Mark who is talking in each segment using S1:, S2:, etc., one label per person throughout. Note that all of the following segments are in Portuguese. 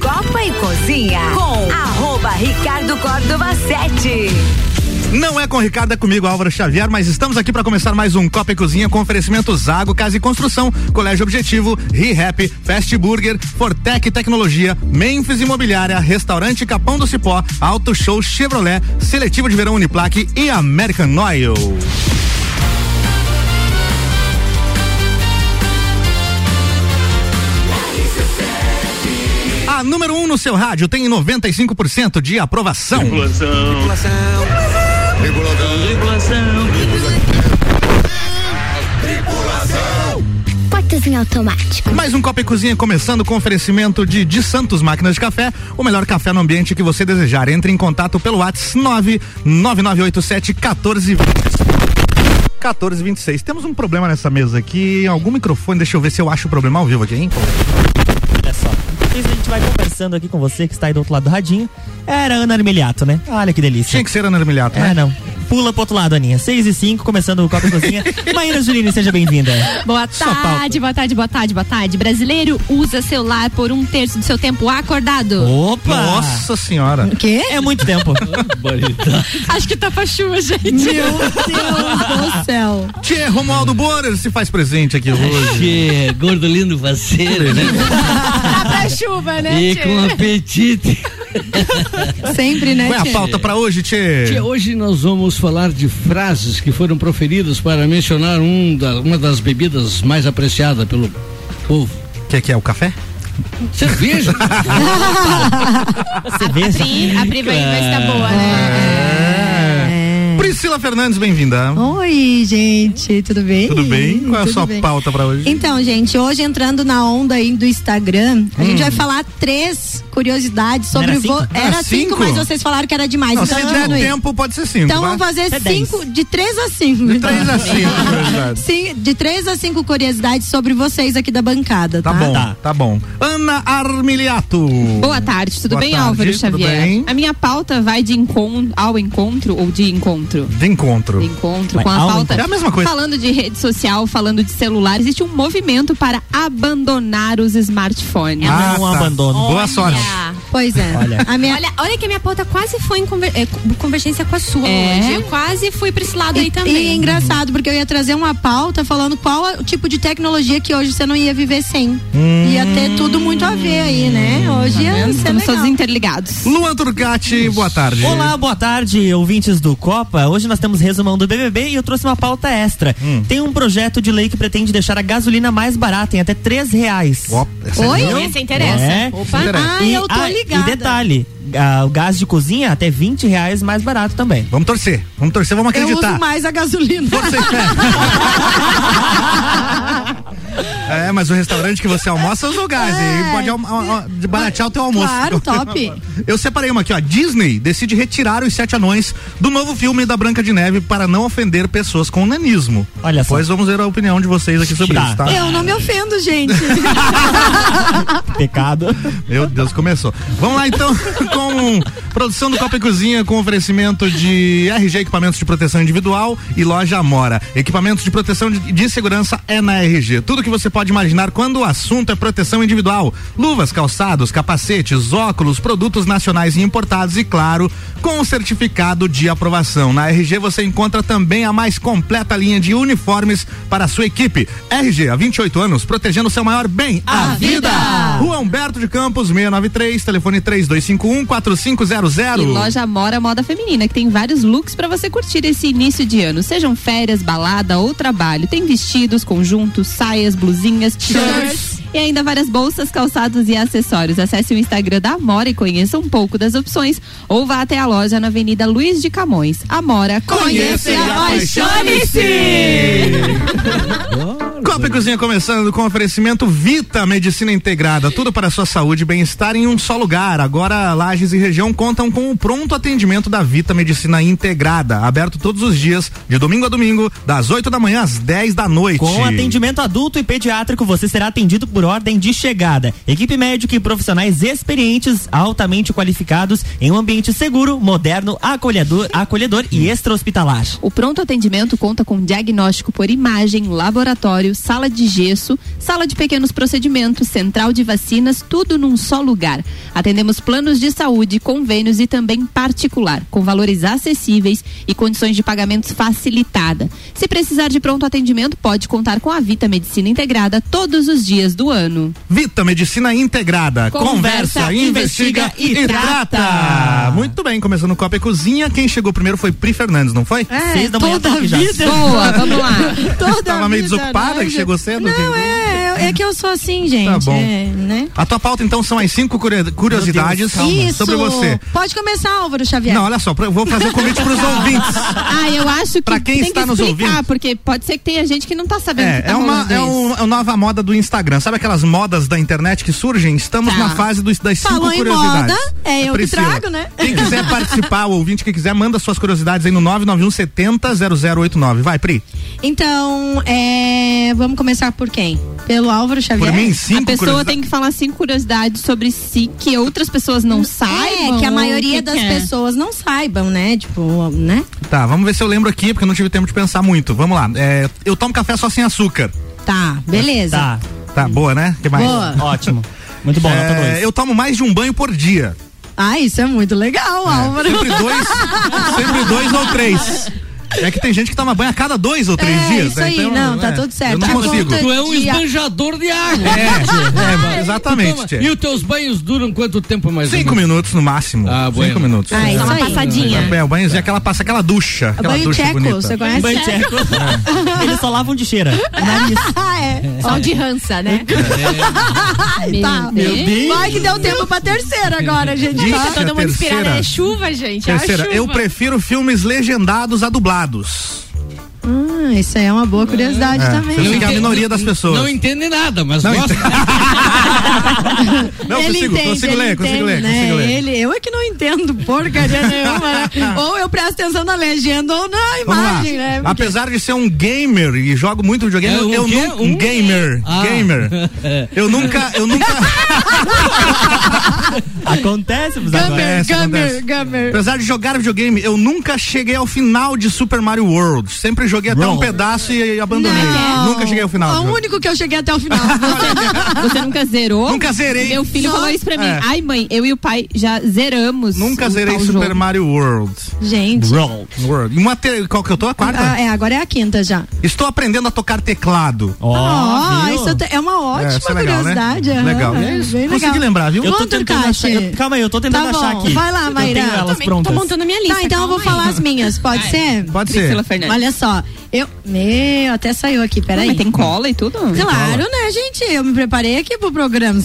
S1: Copa e Cozinha com arroba Ricardo Córdova 7.
S2: Não é com Ricardo, é comigo, Álvaro Xavier, mas estamos aqui para começar mais um Copa e Cozinha com oferecimento Zago, Casa e Construção, Colégio Objetivo, ReHap, Fast Burger, Fortec Tecnologia, Memphis Imobiliária, Restaurante Capão do Cipó, Auto Show Chevrolet, Seletivo de Verão Uniplaque e American Oil. A número 1 um no seu rádio tem 95% de aprovação.
S3: Tripulação. Tripulação. Tripulação.
S4: Portas em automático.
S2: Mais um Copa e Cozinha começando com oferecimento de De Santos Máquinas de Café, o melhor café no ambiente que você desejar. Entre em contato pelo WhatsApp 99987 1426. Temos um problema nessa mesa aqui. Algum microfone, deixa eu ver se eu acho o problema ao vivo aqui, hein?
S5: Olha É só. Isso a gente vai conversando aqui com você que está aí do outro lado do radinho. Era Ana Armeliato, né? Olha que delícia.
S2: Tinha que ser Ana Miliato,
S5: É,
S2: né?
S5: não. Pula pro outro lado, Aninha. 6 e 5, começando o Copa e Cozinha. Maíra Juline, seja bem-vinda.
S6: Boa
S5: Só pauta.
S6: tarde, boa tarde, boa tarde, boa tarde. Brasileiro usa celular por um terço do seu tempo acordado.
S5: Opa!
S2: Nossa senhora.
S6: O quê?
S5: É muito tempo.
S6: Acho que tá pra chuva, gente.
S1: Meu Deus do céu.
S2: Tchê, Romualdo Borer se faz presente
S1: É,
S2: aqui hoje.
S7: Che, é gordo lindo faceiro, né?
S1: Tá pra chuva, né,
S7: E
S1: tchê?
S7: com apetite.
S1: Sempre, né,
S2: Qual é a
S1: tchê?
S2: pauta pra hoje,
S7: Che,
S2: Tchê?
S7: Hoje nós vamos falar de frases que foram proferidas para mencionar um da- uma das bebidas mais apreciadas pelo povo.
S2: O que, que é o café?
S7: Cerveja.
S5: Você vê?
S6: Pri, a Pri vai vai ficar boa, né?
S2: Priscila Fernandes, bem-vinda.
S1: É.
S5: Ah.
S1: Oi, gente, tudo bem?
S2: Tudo bem? Qual é a
S1: Tudo
S2: sua
S1: bem.
S2: pauta pra hoje?
S1: Então, gente, hoje entrando na onda aí do Instagram, a gente vai falar três curiosidades
S5: Não
S1: sobre
S5: Hum. era
S1: vo-
S5: cinco?
S1: Era
S2: Ah,
S1: cinco,
S2: cinco?
S1: mas vocês falaram que era demais.
S2: Não,
S1: então,
S2: se
S1: eu
S2: der
S1: diminui.
S2: tempo, pode ser cinco.
S1: então assim.
S2: vai?
S1: vamos fazer
S5: É dez.
S1: cinco, de três a cinco.
S2: De três a cinco, na verdade.
S1: Sim, de três a cinco curiosidades sobre vocês aqui da bancada, tá?
S2: Tá bom,
S5: Tá.
S2: tá bom. Ana Armiliato.
S6: Boa tarde, tudo
S2: Boa
S6: bem,
S2: tarde,
S6: Álvaro
S2: tudo
S6: Xavier?
S2: bem?
S6: A minha pauta vai de encon ao encontro ou de encontro?
S2: De encontro.
S6: De encontro
S5: Vai
S6: com a
S5: ao
S6: pauta.
S2: encontro. É a mesma coisa.
S6: Falando de rede social, falando de celular, existe um movimento para abandonar os smartphones.
S5: Ah, não abandono.
S2: tá. Boa sorte.
S1: Pois é.
S5: Olha.
S1: A minha
S8: Olha, olha que a minha pauta quase foi em conver- eh, co- convergência com a sua
S6: É?
S8: hoje. Eu quase fui pra esse lado aí
S1: E-
S8: também.
S1: E é engraçado, porque eu ia trazer uma pauta falando qual é o tipo de tecnologia que hoje você não ia viver sem.
S5: Hum.
S1: Ia ter tudo muito a ver aí, né?
S5: Tá
S1: Hoje ia ser
S6: Estamos
S1: legal.
S6: todos interligados.
S2: Luan Turcati, boa tarde.
S5: Olá, boa tarde, ouvintes do Copa. Hoje nós temos resumão do BBB e eu trouxe uma pauta extra.
S2: Hum.
S5: Tem um projeto de lei que pretende deixar a gasolina mais barata, em até três reais.
S2: Ó, essa
S1: Oi?
S2: é
S8: Essa interessa.
S5: É.
S8: Opa.
S2: Interessa.
S1: Ah, eu tô
S5: ah,
S1: ligada.
S5: E detalhe, ah, o gás de cozinha até 20 reais mais barato também.
S2: Vamos torcer, vamos torcer, vamos
S1: Eu
S2: acreditar.
S1: uso mais a gasolina.
S2: Força e fé. É, mas o restaurante que você almoça usa o gás e
S1: É.
S2: pode al- al- al- baratear o teu almoço.
S1: Claro, top.
S2: Eu separei uma aqui, ó. Disney decide retirar os sete anões do novo filme da Branca de Neve para não ofender pessoas com nanismo.
S5: Olha só.
S2: Pois vamos ver a opinião de vocês aqui sobre
S5: Tá.
S2: isso, tá?
S1: Eu não me ofendo, gente.
S5: Pecado.
S2: Meu Deus, começou. Vamos lá então com produção do Copa e Cozinha com oferecimento de RG Equipamentos de Proteção Individual e Loja Amora. Equipamentos de proteção de, de segurança é na RG. Tudo que você pode imaginar quando o assunto é proteção individual. Luvas, calçados, capacetes, óculos, produtos nacionais e importados e claro, com o certificado de aprovação. Na RG você encontra também a mais completa linha de uniformes para a sua equipe. RG, há 28 anos, protegendo o seu maior bem, a, vida. Rua Humberto de Campos, 693, telefone 3251 4500.
S6: E loja Mora Moda Feminina, que tem vários looks pra você curtir esse início de ano. Sejam férias, balada ou trabalho. Tem vestidos, conjuntos, saias, blusinhas, shirts. E ainda várias bolsas, calçados e acessórios. Acesse o Instagram da Amora e conheça um pouco das opções. Ou vá até a loja na Avenida Luiz de Camões. Amora, conheça e apaixone-se!
S2: Copa e Cozinha começando com oferecimento Vita Medicina Integrada, tudo para a sua saúde e bem-estar em um só lugar. Agora, Lages e região contam com o pronto atendimento da Vita Medicina Integrada, aberto todos os dias, de domingo a domingo, das 8 da manhã às 10 da noite.
S5: Com atendimento adulto e pediátrico, você será atendido por ordem de chegada. Equipe médica e profissionais experientes, altamente qualificados, em um ambiente seguro, moderno, acolhedor, acolhedor e extra-hospitalar.
S6: O pronto atendimento conta com diagnóstico por imagem, laboratório, laboratório, sala de gesso, sala de pequenos procedimentos, central de vacinas, tudo num só lugar. Atendemos planos de saúde, convênios e também particular, com valores acessíveis e condições de pagamentos facilitada. Se precisar de pronto atendimento, pode contar com a Vita Medicina Integrada todos os dias do ano.
S2: Vita Medicina Integrada. Conversa,
S6: Conversa,
S2: investiga,
S6: investiga
S2: e
S6: e
S2: trata.
S6: trata.
S2: Muito bem, começando o Copa e Cozinha. Quem chegou primeiro foi Pri Fernandes, não foi?
S1: É,
S5: Seis
S2: Então,
S5: da manhã
S1: toda
S5: tá aqui já.
S2: é
S1: vida. é
S6: Boa, vamos lá.
S1: Toda
S2: Tava meio
S1: vida,
S2: desocupada
S1: né?
S2: que chegou cedo,
S1: Não,
S2: que-
S1: é, é, é que eu sou assim, gente.
S2: Tá bom.
S1: é, né?
S2: A tua pauta, então, são as cinco curio- curiosidades
S1: Isso.
S2: sobre É você.
S1: Pode começar, Álvaro Xavier.
S2: Não, olha só, pra- eu vou fazer o convite pros ouvintes.
S6: Ah, eu acho que
S2: Pra quem
S6: tem
S2: está
S6: que
S2: nos
S6: explicar,
S2: ouvindo.
S6: porque pode ser que tenha gente que não tá sabendo que
S2: É,
S6: tá
S2: é uma
S6: rolando
S2: é,
S6: isso.
S2: um, é uma nova moda do Instagram. Sabe aquelas modas da internet que surgem? Estamos
S6: Tá.
S2: na fase dos, das
S1: Falou
S2: cinco
S1: em
S2: curiosidades.
S1: moda, é eu que
S2: Priscila,
S1: trago, né?
S2: Quem quiser participar, o ouvinte que quiser, manda suas curiosidades aí no 991 70 0089. Vai, Pri.
S1: Então, é, vamos começar por quem? Pelo Álvaro Xavier?
S2: Por mim, cinco
S6: a pessoa
S2: curiosidades.
S6: tem que falar cinco curiosidades sobre si que outras pessoas não saibam.
S1: É, que a
S6: ou
S1: maioria
S6: que
S1: das
S6: que é.
S1: pessoas não saibam, né? Tipo, né?
S2: Tá, vamos ver se eu lembro aqui, porque eu não tive tempo de pensar muito. Vamos lá. É, eu tomo café só sem açúcar.
S1: Tá, beleza.
S5: Tá,
S2: Tá, boa, né? que mais?
S1: Boa.
S5: ótimo. Muito bom, nota
S2: É,
S5: dois.
S2: eu tomo mais de um banho por dia.
S1: Ah, isso é muito legal, Álvaro.
S2: Sempre dois, sempre dois ou três. É que tem gente que toma banho a cada dois ou três
S1: É,
S2: dias.
S1: isso
S2: né?
S1: aí, não, tá
S2: é,
S1: tudo certo.
S2: Eu não
S1: A
S2: consigo.
S1: conta-
S7: Tu é um
S1: Dia.
S7: esbanjador de água.
S2: É, é, exatamente.
S7: Toma.
S2: tia.
S7: E os teus banhos duram quanto tempo mais ou
S2: Cinco
S7: menos?
S2: minutos no máximo.
S7: Ah,
S2: Cinco
S7: bueno.
S2: minutos.
S1: Ah, isso
S6: uma
S1: aí.
S6: passadinha.
S2: É, o banhozinho, aquela passa, aquela ducha. Aquela
S1: Banho
S2: ducha
S1: tcheco,
S2: bonita.
S1: você conhece?
S5: Banho tcheco. Eles só lavam de cheira. Nariz.
S1: Ah, é.
S6: Só de rança, né?
S1: Ai, tá.
S5: É. Meu Deus.
S1: Vai que deu tempo pra terceira agora, gente.
S2: Diz
S1: Tá?
S2: que a terceira,
S8: chuva,
S1: É
S8: gente.
S2: terceira, eu prefiro filmes legendados a dublados.
S1: Ah, isso aí é uma boa curiosidade
S2: É,
S1: também.
S2: eu sei
S1: né?
S2: que é a minoria das pessoas.
S7: Não entende nada, mas
S2: Não
S7: gosta.
S2: Não,
S1: ele
S2: consigo,
S1: entende,
S2: consigo
S1: ele
S2: ler, consigo
S1: entende,
S2: ler,
S1: né?
S2: consigo ler.
S1: Ele, eu é que não entendo porcaria nenhuma. né? ou eu presto atenção na legenda ou na
S2: Vamos lá.
S1: imagem, né? Porque-
S2: Apesar de ser um gamer e jogo muito videogame,
S7: É um
S2: eu
S7: quê?
S2: nunca. Um
S7: Um?
S2: gamer.
S7: Ah.
S2: Gamer. Eu nunca. Eu nunca.
S5: Acontece, mas agora.
S1: Gamer,
S2: acontece,
S1: gamer,
S2: acontece.
S1: gamer.
S2: é Apesar de jogar videogame, eu nunca cheguei ao final de Super Mario World. Sempre joguei até um
S5: World.
S2: pedaço e abandonei.
S1: Não.
S2: Nunca cheguei ao final. do
S1: O
S2: jogo.
S1: único que eu cheguei até o final.
S6: Você nunca zerou?
S2: Nunca zerei.
S6: Meu filho falou isso pra mim.
S2: É.
S6: Ai, mãe, eu e o pai já zeramos.
S2: Nunca
S6: o
S2: zerei
S6: tal
S2: Super
S6: jogo.
S2: Mario World.
S1: Gente.
S5: Roll.
S2: World. E Uma te... Qual que eu tô? A quarta?
S1: Ah, é, agora é a quinta já.
S2: Estou aprendendo a tocar teclado.
S5: Ó,
S1: Ó,
S5: viu?
S1: isso te- é uma
S2: É,
S1: ótima
S2: isso é legal,
S1: curiosidade.
S2: Né?
S1: aham,
S2: Legal.
S1: é bem
S2: Consegui
S1: legal.
S2: lembrar, viu?
S5: Eu tô
S1: Quanto,
S5: tentando achar.
S1: Tati?
S5: eu- calma aí, eu tô
S1: Tá
S5: tentando achar
S1: bom,
S5: aqui.
S1: vai lá, Mayra.
S5: Eu tenho elas
S8: também
S5: prontas.
S8: tô montando a minha lista.
S1: Tá, então eu vou
S8: calma
S1: falar
S8: aí.
S1: as minhas, pode ser?
S2: Pode ser.
S6: Priscila Fernandes.
S1: Olha só, eu. Meu, até saiu aqui,
S6: Ah,
S1: peraí.
S6: mas tem cola e tudo?
S1: Claro, né, gente? Eu me preparei aqui pro programa.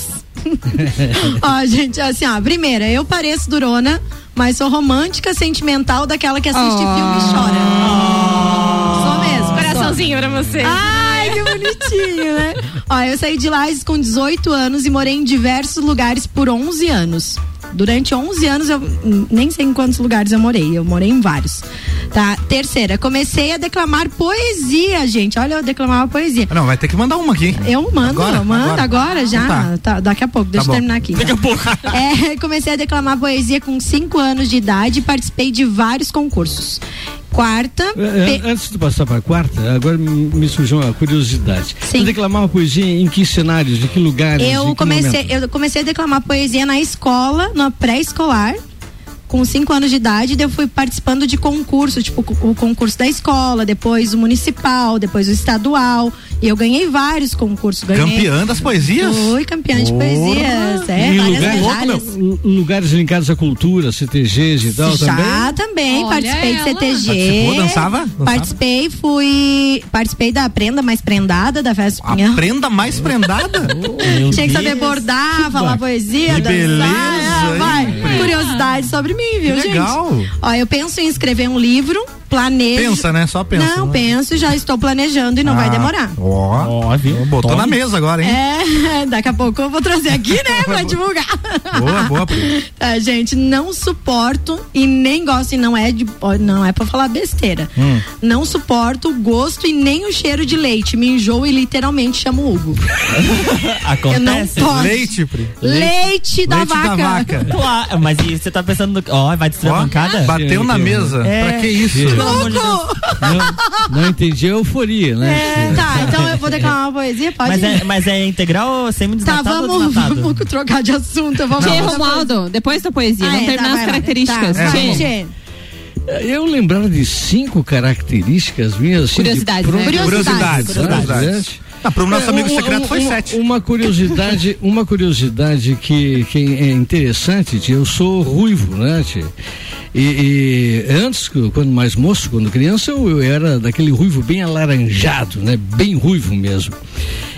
S1: ó, gente, assim, ó. Primeira, eu pareço durona, mas sou romântica, sentimental, daquela que assiste
S6: Oh.
S1: filme e chora. Sou mesmo. sou.
S8: Coraçãozinho pra você.
S6: Ah,
S1: Ai, que bonitinho, né? Ó, eu saí de Lages com 18 anos e morei em diversos lugares por 11 anos. Durante 11 anos, eu hum, nem sei em quantos lugares eu morei, eu morei em vários. Tá? Terceira, comecei a declamar poesia, gente. Olha, eu declamava poesia.
S2: Ah, Não, vai ter que mandar uma aqui. hein?
S1: Eu mando,
S2: Agora?
S1: eu mando agora,
S2: Agora?
S1: já.
S2: Tá.
S1: Tá, daqui a pouco, deixa
S2: bom.
S1: eu terminar aqui.
S5: Daqui a pouco.
S1: É, comecei a declamar poesia com 5 anos de idade e participei de vários concursos. Quarta.
S7: É,
S1: pe-
S7: é, Antes de passar para a quarta, agora me me surgiu uma curiosidade.
S1: Sim.
S7: Tu declamava poesia em que cenários, em que lugares? em
S1: Eu
S7: que
S1: comecei,
S7: momento?
S1: eu comecei a declamar poesia na escola, na pré-escolar, com cinco anos de idade, daí eu fui participando de concurso, tipo co- o concurso da escola, depois o municipal, depois o estadual. E eu ganhei vários concursos. Ganhei.
S2: Campeã das poesias?
S1: Fui campeã de
S2: Porra.
S1: poesias. É,
S7: Em
S1: várias
S7: lugares-
S1: medalhas.
S7: Lu- lugares ligados à cultura, CTGs e tal também.
S1: Já também,
S8: Olha
S1: participei de
S8: ela.
S1: CTG.
S2: Então, Participou, dançava? Dançava?
S1: Participei, fui. Participei da prenda mais prendada da festa do Pinhão.
S2: Aprenda mais prendada.
S5: Meu
S1: Tinha que saber
S5: Deus.
S1: bordar, falar poesia,
S2: Que
S1: dançar.
S2: beleza,
S1: é,
S2: hein?
S1: vai. Curiosidade sobre mim, viu,
S2: Que legal.
S1: gente? Ó, eu penso em escrever um livro, planejo.
S2: pensa, né? Só pensa.
S1: Não, penso e já estou planejando e não vai
S2: Ah,
S1: demorar.
S2: Ó.
S5: Ó, viu?
S2: Botou
S5: Tome.
S2: na mesa agora, hein?
S1: É, daqui a pouco eu vou trazer aqui, né, pra divulgar.
S2: Boa, boa, Pri.
S1: Tá, gente, não suporto e nem gosto, e não é de, ó, não é pra falar besteira.
S2: Hum.
S1: Não suporto o gosto e nem o cheiro de leite. Me enjoo e literalmente chamo o Hugo. Eu não
S5: Acontece.
S1: posso.
S2: Leite, Pri.
S1: Leite, da,
S2: Leite
S1: vaca.
S5: ah, Claro, mas e você tá pensando. no- Ó, vai destruir a
S2: Ó,
S5: bancada?
S2: bateu na mesa.
S5: É.
S2: Pra que isso?
S5: pelo amor de Deus.
S7: Não, não entendi a euforia, né?
S1: Tá, então eu vou declamar uma poesia, pode
S5: Mas
S1: ir.
S5: é, mas é integral ou
S1: Tá,
S5: semi-desnatado ou
S1: vamos,
S5: desnatado?
S1: vamos trocar de assunto. Vamos
S6: Tchê, é Romualdo, depois da poesia,
S1: Ah,
S6: vamos
S1: é,
S6: terminar
S1: tá,
S6: as
S1: vai lá.
S6: características.
S1: Tá, vai,
S6: Tchê.
S1: Tchê. É.
S7: Eu lembrava de cinco características minhas. Assim, de
S6: Curiosidades, né?
S1: Curiosidades.
S2: Curiosidades. Curiosidades.
S7: Curiosidades.
S2: Ah, pro nosso
S7: É,
S2: amigo
S7: um-
S2: secreto
S7: um-
S2: foi
S7: um-
S2: sete.
S7: Uma curiosidade, uma curiosidade que, que é interessante, tia, eu sou ruivo, né, tia? E, e antes, que- quando mais moço, quando criança, eu, eu era daquele ruivo bem alaranjado, né? Bem ruivo mesmo.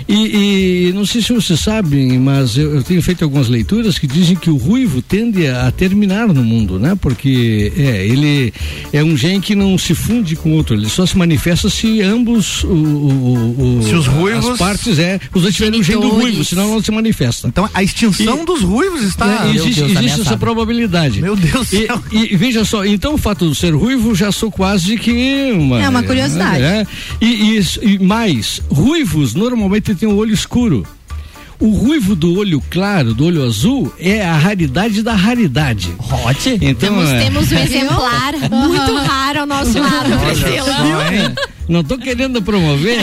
S7: E, e não sei se vocês sabem, mas eu, eu tenho feito algumas leituras que dizem que o ruivo tende a terminar no mundo, né? Porque é, ele é um gene que não se funde com outro, ele só se manifesta se ambos o- o- o-
S2: Se os ruivos-
S7: as partes é, os dois tiverem o gene do
S6: Genitores.
S7: ruivo, senão não se manifesta.
S2: Então a extinção dos ruivos está.
S7: É,
S5: meu
S7: existe
S5: Deus,
S7: existe essa
S5: ameaçado.
S7: probabilidade.
S2: Meu Deus do
S7: E,
S2: céu.
S7: e- e veja só, então o fato de ser ruivo já sou quase que uma.
S1: É uma curiosidade.
S7: É, e, e- e mais, ruivos normalmente têm o olho escuro. O ruivo do olho claro, do olho azul, é a raridade da raridade.
S5: Hot?
S7: Então,
S8: Temos,
S7: é,
S8: temos um exemplar muito raro ao nosso lado,
S2: Olha
S8: Priscila.
S2: só, hein?
S7: não tô querendo promover.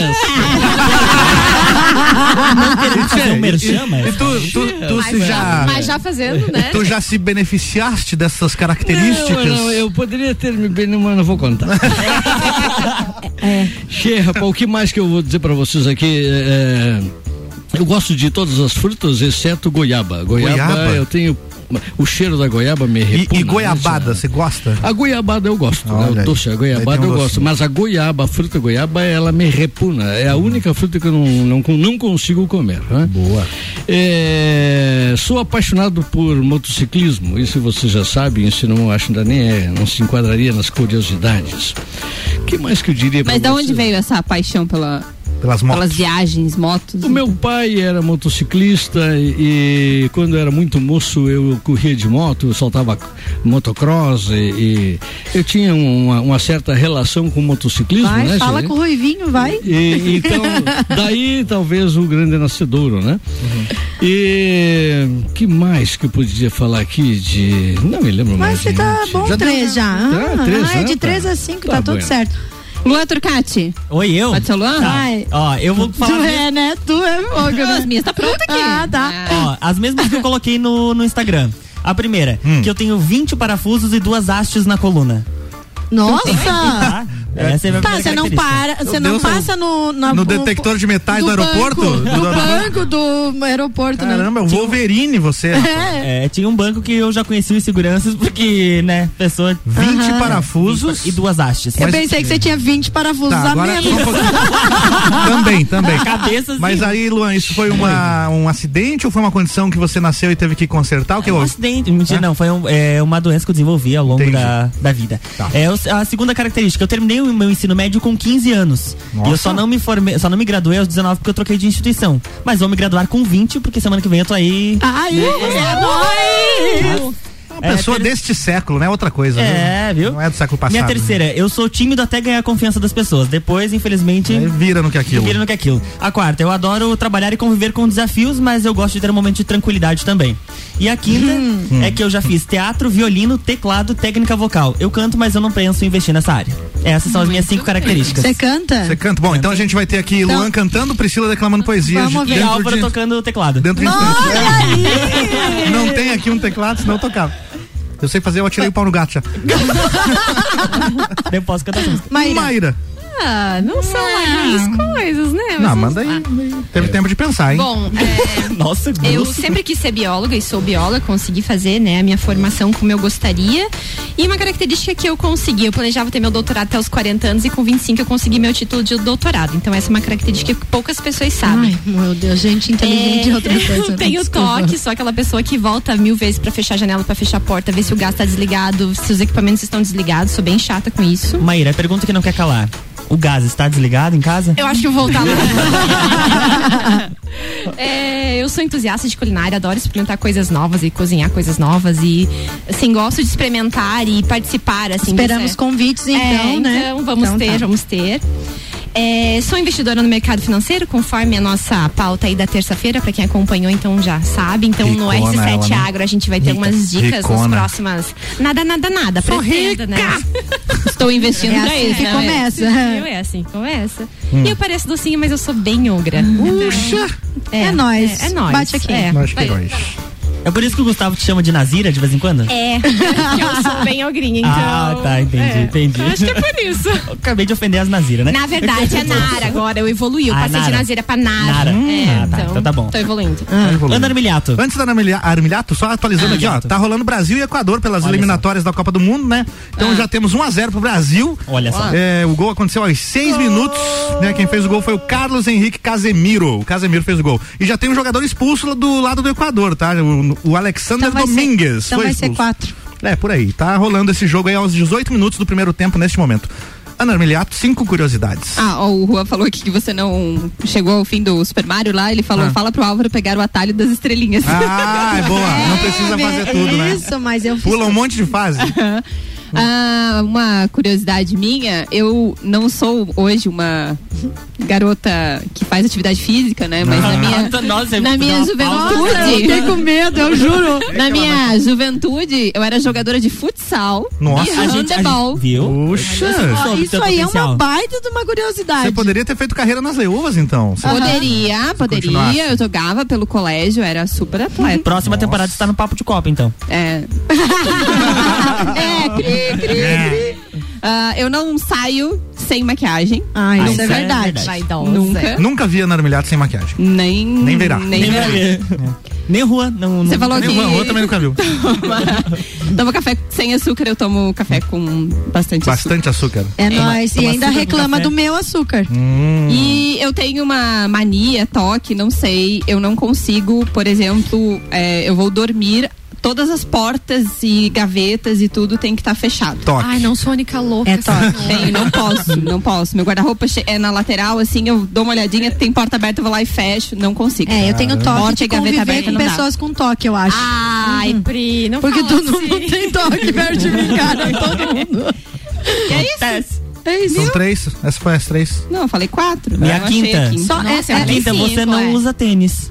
S5: Querendo fazer um merchan, mas-
S2: E tu, tu, tu se
S8: Mas
S2: já.
S8: mas já fazendo, né?
S2: Tu já se beneficiaste dessas
S7: Não,
S2: características?
S7: não, eu poderia ter me bem, mas não vou contar. Che, rapaz, o que mais que eu vou dizer pra vocês aqui é, Eu gosto de todas as frutas, exceto goiaba. Goiaba,
S2: Goiaba?
S7: eu tenho. O cheiro da goiaba me
S2: E,
S7: repugna.
S2: e
S7: né,
S2: goiabada,
S7: senhora?
S2: você gosta?
S7: A goiabada eu gosto, né?
S2: É. Olha
S7: O
S2: aí.
S7: doce, a
S2: Aí
S7: goiabada
S2: tem um
S7: eu
S2: doce.
S7: gosto. Mas a goiaba, a fruta goiaba, ela me repuna. É a única fruta que eu não, não, não consigo comer. Né? Boa. sou apaixonado por motociclismo, isso você já sabe, isso não acho ainda nem é, não se enquadraria nas curiosidades. O que mais que eu diria pra
S6: Mas da onde
S7: vocês?
S6: veio essa paixão pela, pelas
S2: Pelas motos.
S6: viagens, motos?
S7: O meu pai era motociclista e, e quando eu era muito moço eu corria de moto, eu soltava motocross e, e eu tinha uma, uma certa relação com o motociclismo,
S1: Vai,
S7: né?
S1: fala
S7: Gê?
S1: com o Ruivinho, vai.
S7: E- então, daí talvez o grande nascedouro, né?
S1: Uhum.
S7: E que mais que eu podia falar aqui de. Não me lembro
S1: Mas
S7: mais.
S1: você tá
S7: gente.
S1: bom
S7: Já deu-
S1: três já.
S7: Tá,
S1: Ah,
S7: três,
S1: ah, é
S7: né?
S1: de
S7: Tá.
S1: 3 a 5, tá,
S7: Tá
S1: tudo
S7: bueno.
S1: certo.
S6: Lua Turcati,
S5: Oi, eu?
S6: pode ser o Luan?
S5: Tá.
S1: Vai.
S5: Ó, eu vou
S1: Tu
S5: falar.
S1: é, né? Tu é fogo,
S6: Ah, As
S1: né?
S6: minhas tá pronta aqui.
S1: Ah, tá.
S5: Ó, as mesmas que eu coloquei no, no Instagram. A primeira, que eu tenho 20 parafusos e duas hastes na coluna.
S1: Nossa!
S5: Tá? Essa é a minha
S1: Tá, você
S5: primeira
S1: não
S5: característica.
S1: para, você
S2: Meu
S1: não
S2: Deus,
S1: passa no na-
S2: No detector de metais do, aeroporto?
S1: Banco,
S2: Do-
S1: do
S2: do-
S1: banco do aeroporto, né?
S2: Caramba, é o Wolverine você.
S1: É.
S5: É, tinha um banco que eu já conheci os seguranças, porque, né, pessoa. Ah,
S2: 20 parafusos.
S5: E duas hastes.
S1: Eu
S2: Mas-
S1: pensei que você tinha 20 parafusos
S2: Tá,
S1: a
S2: agora
S1: menos.
S2: só um pouquinho. também, também.
S5: Cabeças
S2: Mas
S5: e-
S2: aí, Luan, isso foi uma, um acidente ou foi uma condição que você nasceu e teve que consertar? O que
S5: É um
S2: houve?
S5: acidente. Mentira, não. Foi um- é, uma doença que eu desenvolvi ao longo
S2: Ah. Entendi. Tá.
S5: da, da vida. É, o- a segunda característica, eu terminei o meu ensino médio com 15 anos.
S2: Nossa.
S5: E eu só não me formei, só não me graduei aos 19 porque eu troquei de instituição. Mas vou me graduar com 20, porque semana que vem eu tô aí. né?
S1: Ai, é nóis!
S2: Uma
S5: É,
S2: pessoa
S5: ter-
S2: deste século, né? Outra coisa.
S5: É, viu?
S2: Não é do século passado.
S5: Minha
S2: né?
S5: terceira, eu sou tímido até ganhar a confiança das pessoas. Depois, infelizmente.
S2: Aí vira no que é aquilo.
S5: Prefiro no que aquilo. A quarta, eu adoro trabalhar e conviver com desafios, mas eu gosto de ter um momento de tranquilidade também. E a quinta é que eu já fiz teatro, violino, teclado, técnica vocal. Eu canto, mas eu não penso em investir nessa área. Essas são as minhas cinco características.
S1: Você canta?
S2: Você canta? Bom, então a gente vai ter aqui
S1: Então-
S2: Luan cantando, Priscila declamando poesia.
S1: Vamos
S5: E
S1: ver.
S5: a
S2: Dentro
S5: Álvaro
S2: de,
S5: tocando teclado.
S2: dentro de instantes.
S1: Olha aí!
S2: Não tem aqui um teclado, senão eu tocava. Eu sei fazer, eu atirei o pau no gato já.
S5: Eu posso cantar essa música.
S1: Mayra.
S2: Mayra.
S8: Ah, não são lá grandes coisas, né? Mas
S2: Não,
S8: vamos
S2: manda aí.
S8: lá.
S2: Teve tempo de pensar, hein?
S8: Bom, é,
S5: Nossa,
S8: eu
S5: grosso.
S8: sempre quis ser bióloga e sou bióloga, consegui fazer né, a minha formação como eu gostaria. E uma característica que eu consegui, eu planejava ter meu doutorado até os 40 anos e com 25 eu consegui meu título de doutorado. Então essa é uma característica que poucas pessoas sabem.
S1: Ai, meu Deus, gente inteligente é
S8: É,
S1: outra coisa.
S8: Eu tenho
S1: Desculpa.
S8: toque, sou aquela pessoa que volta mil vezes pra fechar a janela, pra fechar a porta, ver se o gás tá desligado, se os equipamentos estão desligados. Sou bem chata com isso.
S5: Maíra, pergunta que não quer calar. O gás está desligado em casa?
S8: Eu acho que eu vou voltar lá. É, eu sou entusiasta de culinária, adoro experimentar coisas novas e cozinhar coisas novas e assim gosto de experimentar e participar assim.
S1: Esperamos
S8: dessa-
S1: convites, então,
S8: É,
S1: né?
S8: Então vamos
S1: Então
S8: ter,
S1: tá.
S8: vamos ter. É, sou investidora no mercado financeiro, conforme a nossa pauta aí da terça-feira, para quem acompanhou, então já sabe. Então no
S2: Ricona
S8: R7
S2: ela, né?
S8: Agro a gente vai ter umas dicas nas
S2: Ricona.
S8: próximas. Nada, nada, nada. Pretendo, né?
S6: Estou investindo
S1: É
S6: pra
S1: assim
S6: ele.
S1: que
S6: né?
S1: começa.
S8: Eu é assim, começa. E eu pareço docinha, mas eu sou bem ogra.
S1: tá
S2: Puxa!
S1: É, nóis.
S8: É, é nóis.
S1: Bate aqui. Então
S8: É.
S2: Nós que heróis.
S5: É por isso que o Gustavo te chama de Nazira de vez em quando?
S8: É, porque eu sou bem ogrinha, então.
S5: Ah, tá, entendi,
S8: é.
S5: entendi.
S8: Acho que é por isso.
S5: Eu acabei de ofender as Nazira, né?
S8: Na verdade, é Nara agora. Eu evoluí. Eu
S5: Ah,
S8: passei de
S5: Nara.
S8: Nazira pra Nara.
S5: Nara.
S8: É,
S5: Ah, tá. Então tá bom.
S8: Tô evoluindo.
S2: É,
S5: Ana Armiliato.
S2: Antes da Armilha- Armilhato, só atualizando aqui, ó.
S5: Armilhato.
S2: Tá rolando Brasil e Equador pelas
S5: Olha Ah.
S2: eliminatórias da Copa do Mundo, né? Então já temos 1x0 pro Brasil.
S5: Olha só.
S2: É, o gol aconteceu aos 6 minutos, né? Quem fez o gol foi o Carlos Henrique Casemiro. O Casemiro fez o gol. E já tem um jogador expulso do lado do Equador, tá? O, o Alexander
S1: vai ser-
S2: Domingues.
S1: então
S2: foi
S1: vai ser
S2: expulso.
S1: quatro.
S2: É, por aí. Tá rolando esse jogo aí aos 18 minutos do primeiro tempo neste momento. Ana Armiliato, cinco curiosidades.
S6: Ah, ó, o Juan falou aqui que você não chegou ao fim do Super Mario lá. Ele falou: fala pro Álvaro pegar o atalho das estrelinhas.
S2: Ah, é boa. Não precisa
S1: É,
S2: fazer tudo, né?
S1: Isso, mas eu fiz.
S2: Pula um monte de fase.
S6: Ah, uma curiosidade minha, eu não sou hoje uma garota que faz atividade física, né? Mas
S5: Ah.
S6: na minha,
S5: Nossa, nossa, eu
S6: na
S5: vou dar
S6: minha
S5: uma pausa.
S1: Nossa, eu fiquei
S6: juventude,
S1: com medo, eu juro.
S6: na minha juventude, eu era jogadora de futsal
S2: Nossa,
S6: e
S1: é
S5: A gente, a
S6: handeball.
S5: gente viu?
S2: Puxa.
S1: Ó,
S5: Soube
S1: isso
S5: teu
S1: aí é uma
S5: potencial.
S1: baita de uma curiosidade.
S2: Você poderia ter feito carreira nas leuvas, então.
S1: Ah.
S2: Você-
S6: Poderia,
S2: continuasse.
S6: poderia. Eu jogava pelo colégio, era super atleta.
S5: Próxima temporada está no Papo de Copa, então.
S6: É. é, cri, cri, cri. Ah, eu não saio sem maquiagem.
S1: Ah,
S5: Ah,
S1: isso
S5: isso
S1: é
S5: é
S1: verdade.
S5: verdade.
S6: Nunca.
S2: Nunca vi Ana Armilhato sem maquiagem.
S6: Nem.
S2: Nem verá.
S6: Nem
S5: Nem,
S6: verá.
S5: É. nem rua, não.
S6: Você
S5: não-
S6: falou
S2: Nem
S6: que.
S2: o Juan Juan também nunca viu.
S6: Tomo café sem açúcar, eu tomo café com bastante, açúcar.
S2: Bastante açúcar.
S1: É nóis. E
S5: toma
S1: ainda
S5: açúcar no
S1: reclama
S5: café.
S1: do meu açúcar.
S6: E eu tenho uma mania, toque, não sei. Eu não consigo, por exemplo, é, eu vou dormir, todas as portas e gavetas e tudo tem que estar fechado.
S2: Toque.
S8: Ai, não sou Nica louca.
S1: É top.
S6: Tenho, não posso, não posso. Meu guarda-roupa che- é na lateral, assim, eu dou uma olhadinha, tem porta aberta, eu vou lá e fecho. Não consigo.
S1: É, eu tenho toque
S6: Morte
S1: de
S6: e gaveta
S1: conviver
S6: aberta
S1: com
S6: não dá. Ah,
S1: pessoas com toque, eu acho.
S8: Ai, Pri, não
S1: Porque
S8: fala
S1: todo
S8: assim.
S1: mundo tem toque perto de mim, cara. Todo mundo.
S6: E é isso. É isso.
S2: São três. Essa foi as três.
S6: Não, eu falei quatro.
S5: E
S6: Eu
S5: a
S6: achei
S5: quinta?
S1: Só essa-
S6: eu achei
S5: Linda,
S6: cinco,
S5: você não
S6: é.
S5: usa tênis.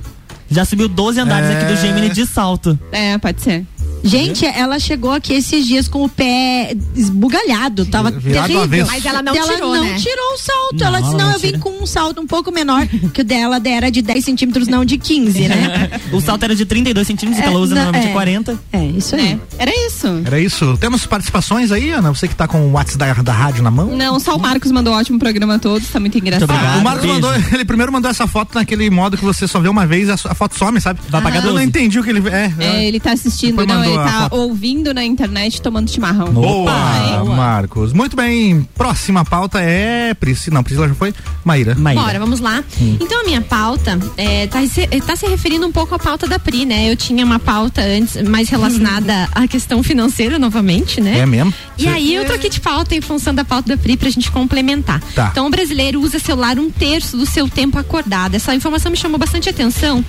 S5: Já subiu 12 andares
S2: É.
S5: aqui do Gemini de salto.
S6: É, pode ser.
S1: Gente, ela chegou aqui esses dias com o pé esbugalhado. Tava
S2: Virado do
S1: terrível.
S2: avesso.
S8: Mas ela não
S1: ela
S8: tirou,
S1: não
S8: né?
S1: tirou o salto.
S5: Não,
S1: ela disse:
S5: ela
S1: não,
S5: não
S1: eu vim
S5: tira.
S1: com um salto um pouco menor, que o dela era de 10 centímetros, não de 15, né?
S5: O salto era de 32 centímetros,
S1: É,
S5: ela usa
S1: não,
S5: normalmente
S1: é.
S5: 40.
S1: É, isso aí.
S6: É, era isso.
S2: Era isso. Temos participações aí, Ana? Você que tá com o WhatsApp da, da rádio na mão?
S6: Não, só o Marcos mandou um ótimo programa a todos, tá muito engraçado.
S5: Muito
S2: O Marcos
S5: Beijo.
S2: mandou, ele primeiro mandou essa foto naquele modo que você só vê uma vez, a, su- a foto some, sabe? Ah,
S5: Vai apagar
S2: Eu não
S5: 12.
S2: entendi o que ele. É,
S6: É, ele tá assistindo,
S2: Depois
S6: não, ele
S2: mandou a
S6: tá
S2: foto.
S6: ouvindo na internet tomando chimarrão.
S2: Boa,
S6: Ai,
S2: Marcos. Muito bem. Próxima pauta é Priscila. Não, Priscila já foi. Maíra. Hum.
S5: Maíra.
S8: Bora, vamos lá. Então a minha pauta é, tá, se- tá se referindo um pouco à pauta da Pri, né? Eu tinha uma pauta antes mais relacionada à questão financeira novamente, né?
S2: É mesmo?
S8: E aí eu troquei de pauta em função da pauta da Pri pra gente complementar.
S2: Tá.
S8: Então o brasileiro usa celular um terço do seu tempo acordado. Essa informação me chamou bastante atenção,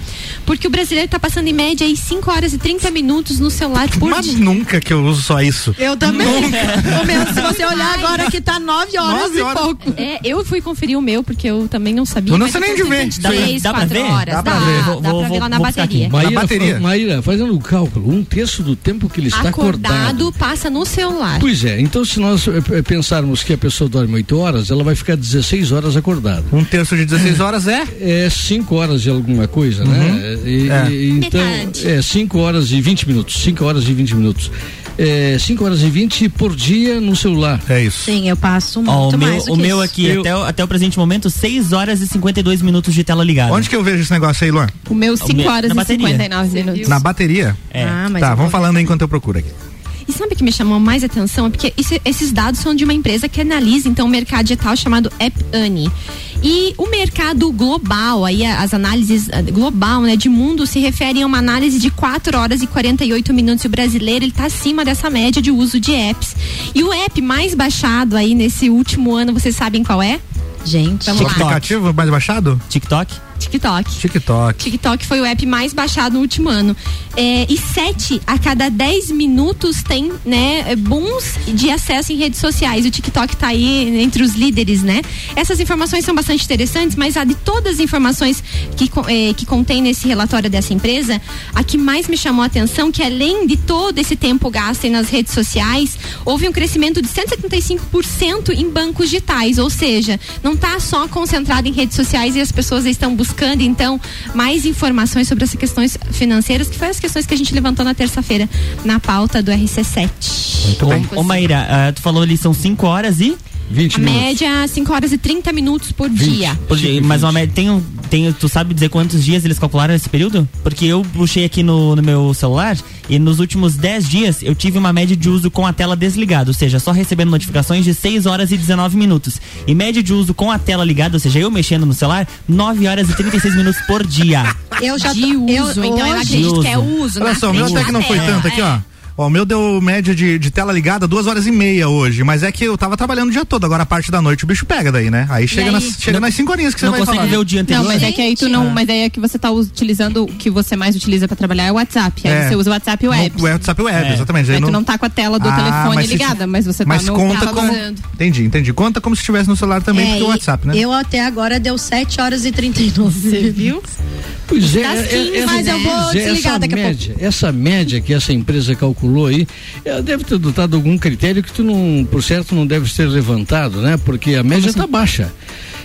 S8: porque o brasileiro tá passando em média aí 5 horas e 30 minutos no celular por
S2: Mas
S8: dia.
S2: nunca que eu uso só isso.
S1: Eu também. Ô, meu, se você olhar agora que tá 9 horas,
S2: Nove horas.
S1: e pouco.
S8: É, eu fui conferir o meu, porque eu também não sabia.
S2: Eu não
S8: mas
S2: sei nem
S8: eu
S2: de
S8: tô
S2: ver.
S8: em
S5: Dá pra-
S8: 3,
S5: dá pra
S8: 4
S5: ver?
S8: horas.
S2: Dá pra
S8: dá,
S2: ver.
S5: Vou-
S8: dá
S5: vou-
S8: pra ver lá na
S5: vou buscar aqui.
S8: bateria.
S2: Na
S7: Maíra,
S2: bateria.
S7: fa- Maíra, fazendo o cálculo, um terço do tempo que ele está acordado.
S8: acordado, passa no celular.
S7: Pois é, então se nós eh, eh, pensarmos que a pessoa dorme 8 horas, ela vai ficar 16 horas acordada.
S2: Um terço de 16 horas é?
S7: É 5 horas de alguma coisa, né? E-
S2: É.
S7: e- então,
S8: Metade.
S7: é 5 horas e 20 minutos. 5 horas e 20 minutos. É 5 horas e 20 por dia no celular.
S2: É isso.
S1: Sim, eu passo muito
S5: Ó, o meu,
S1: mais. do
S5: o
S1: que
S5: meu
S1: isso.
S5: aqui,
S7: Eu-
S5: até, o, até o presente momento, 6 horas e 52 minutos de tela ligada.
S2: Onde que eu vejo esse negócio aí, Luan?
S6: O meu
S5: O
S6: 5
S5: meu-
S6: horas
S5: na
S6: e
S5: bateria.
S6: 59 minutos.
S2: Na bateria?
S5: É.
S1: Ah, mas
S2: tá,
S1: eu
S2: vamos
S1: vou-
S2: falando enquanto eu procuro aqui.
S8: E sabe o que me chamou mais atenção? É porque esse- esses dados são de uma empresa que analisa então o mercado digital chamado App Annie. E o mercado global, aí a- as análises ah, global, né, de mundo se referem a uma análise de 4 horas e 48 minutos. E o brasileiro, ele tá acima dessa média de uso de apps. E o app mais baixado aí nesse último ano, vocês sabem qual é?
S1: Gente,
S8: Vamos lá.
S2: Aplicativo é mais baixado?
S5: TikTok?
S8: TikTok.
S2: TikTok.
S8: TikTok foi o app mais baixado no último ano. É, e 7 a cada 10 minutos tem, né, booms de acesso em redes sociais. O TikTok tá aí entre os líderes, né? Essas informações são bastante interessantes, mas a de todas as informações que, co- eh, que contém nesse relatório dessa empresa, a que mais me chamou a atenção, que além de todo esse tempo gasto aí nas redes sociais, houve um crescimento de 175% em bancos digitais, ou seja, não tá só concentrado em redes sociais e as pessoas estão buscando, então, mais informações sobre as questões financeiras, que foi as questões que a gente levantou na terça-feira na pauta do RC7.
S5: Ô, ô Maíra, ah, tu falou ali são 5 horas e.
S7: 20
S8: A
S7: minutos.
S8: média, 5 horas e 30 minutos por dia.
S5: Por dia, Mas uma média. Tem, um- tem, tu sabe dizer quantos dias eles calcularam esse período? Porque eu puxei aqui no, no meu celular e nos últimos 10 dias eu tive uma média de uso com a tela desligada, ou seja, só recebendo notificações de 6 horas e 19 minutos. E média de uso com a tela ligada, ou seja, eu mexendo no celular, 9 horas e 36 minutos por dia.
S1: Eu já
S8: De
S1: tô-
S8: uso,
S1: eu,
S8: então eu
S1: hoje-
S8: acredito
S5: uso.
S8: que é uso.
S2: Olha
S8: na
S2: só, o meu
S8: frente
S2: até que
S8: da
S2: não foi
S6: É,
S8: tela.
S2: tanto aqui, ó. Ó, o meu deu média de, de tela ligada duas horas e meia hoje, mas é que eu tava trabalhando o dia todo, agora a parte da noite o bicho pega daí, né? Aí chega,
S8: aí?
S2: Nas, chega nas cinco horinhas que você
S5: Não
S2: vai
S5: consegue
S2: falar.
S5: ver o dia anterior.
S6: Não, mas é que aí tu não. Mas aí é que você tá utilizando o que você mais utiliza pra trabalhar é o WhatsApp. Aí
S2: É.
S6: você usa o WhatsApp e o app.
S2: No WhatsApp web,
S5: É.
S2: exatamente.
S6: Aí
S2: Aí
S6: tu não tá com a tela do
S2: Ah,
S6: telefone
S2: mas se-
S6: ligada, mas você
S2: mas
S6: tá no
S2: conta
S6: tava
S2: com.
S6: usando.
S2: Entendi, entendi. Conta como se estivesse no celular também,
S1: É,
S2: porque o WhatsApp, né?
S1: Eu até agora deu 7 horas e 39. Você viu?
S7: Pois é,
S1: Tá
S7: é-
S1: sim,
S7: é-
S1: mas
S7: essa-
S1: eu vou
S7: pois é,
S1: desligar
S7: essa
S1: daqui a pouco.
S7: média, Essa média que essa empresa calculou aí, ela deve ter adotado algum critério que tu não, por certo, não deve ter levantado, né? Porque a média
S8: assim?
S7: está baixa.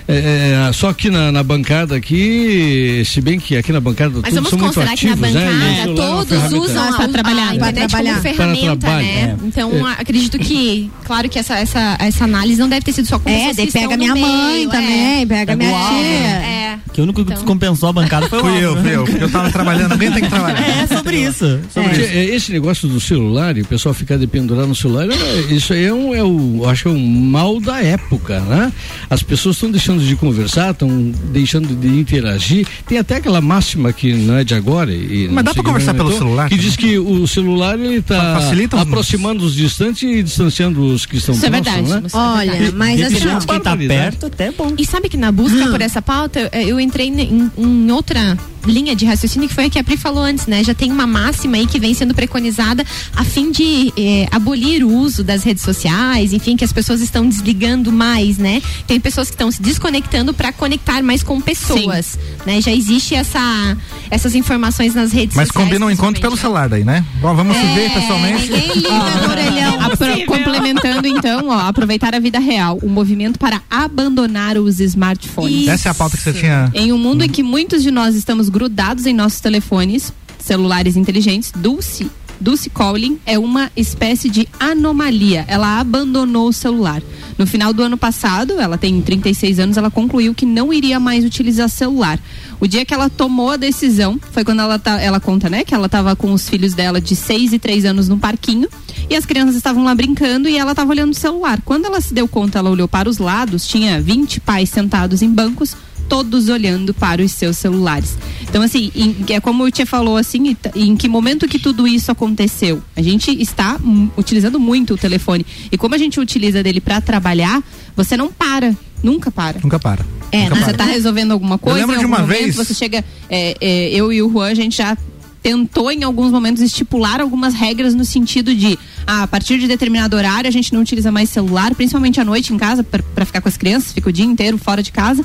S7: É, é, só que na, na bancada aqui, se bem que aqui na bancada
S8: Mas
S7: todos
S8: vamos
S7: são muito
S8: considerar
S7: ativos,
S8: que na bancada
S7: né? E o celular é uma
S8: todos
S7: ferramenta.
S8: usam
S1: Ah,
S8: a,
S1: pra trabalhar,
S8: a
S1: pra
S8: internet
S1: trabalhar.
S8: como ferramenta,
S7: Para trabalho,
S8: né?
S7: é.
S8: Então,
S7: É.
S8: a- acredito que, claro que essa, essa, essa análise não deve ter sido só com
S1: É,
S8: pessoas que
S1: daí pega
S8: estão no
S1: minha mãe
S6: é.
S8: meio,
S1: também, pega
S5: Pega
S1: minha
S5: o álbum.
S1: tia.
S8: É. é.
S5: né? Que o único que
S8: Então.
S5: descompensou a bancada foi o
S2: Fui eu,
S5: Álvaro. né?
S2: fui eu, porque eu tava trabalhando, alguém tem que trabalhar.
S5: É sobre isso.
S7: Porque, é, Esse negócio do celular e o pessoal ficar dependurado no celular, é, isso aí é um, é o, acho que é um mal da época, né? As pessoas estão deixando de conversar, estão deixando de interagir. Tem até aquela máxima que não é de agora. E não
S2: Mas dá
S7: sei
S2: pra
S7: quem
S2: conversar pelo
S7: inventou,
S2: celular
S7: Que
S2: também.
S7: diz que o celular ele
S2: Fa-
S7: está
S2: facilita os
S7: aproximando os distantes e distanciando os que estão
S6: Isso é
S7: próximos,
S6: verdade.
S7: né?
S6: Lúcio, é verdade.
S1: Olha, mas assim,
S5: Dependendo
S1: ó,
S5: de quem tá
S7: barbaridade.
S5: perto, até é bom.
S8: E sabe que na busca por essa pauta, eh, eu entrei ne- em, em outra linha de raciocínio que foi a que a Pri falou antes, né? Já tem uma máxima aí que vem sendo preconizada a fim de eh, abolir o uso das redes sociais, enfim, que as pessoas estão desligando mais, né? Tem pessoas que estão se desconectando para conectar mais com pessoas, né? Já existe essa, essas informações nas redes
S2: Mas
S8: sociais.
S2: combina o encontro pelo
S8: principalmente, né?
S2: celular daí, né? Ó,
S6: É,
S2: vamos se ver pessoalmente. Ah.
S1: ninguém liga no orelhão.
S6: Apro- complementando então, ó, aproveitar a vida real, o movimento para abandonar os smartphones.
S2: Essa é a pauta que você tinha. Hum.
S6: Em um mundo em que muitos de nós estamos grudados em nossos telefones, celulares inteligentes, Dulce, Dulce Collin é uma espécie de anomalia. Ela abandonou o celular. No final do ano passado, ela tem 36 anos, ela concluiu que não iria mais utilizar celular. O dia que ela tomou a decisão foi quando ela, tá, ela conta, né, que ela estava com os filhos dela de 6 e 3 anos num parquinho e as crianças estavam lá brincando e ela estava olhando o celular. Quando ela se deu conta, ela olhou para os lados, tinha 20 pais sentados em bancos todos olhando para os seus celulares. Então, assim, em- é como o Tia falou, assim, e t- em que momento que tudo isso aconteceu? A gente está hum, utilizando muito o telefone. E como a gente utiliza dele para trabalhar, você não para, nunca para.
S2: Nunca para.
S6: É,
S2: Nunca
S6: né?
S2: para.
S6: você tá resolvendo alguma coisa,
S2: lembro
S6: em
S2: de
S6: algum
S2: uma
S6: momento
S2: vez-
S6: você chega. é, é, eu e o Juan, a gente já tentou em alguns momentos estipular algumas regras no sentido de ah, a partir de determinado horário a gente não utiliza mais celular, principalmente à noite em casa pra pra ficar com as crianças, fica o dia inteiro fora de casa.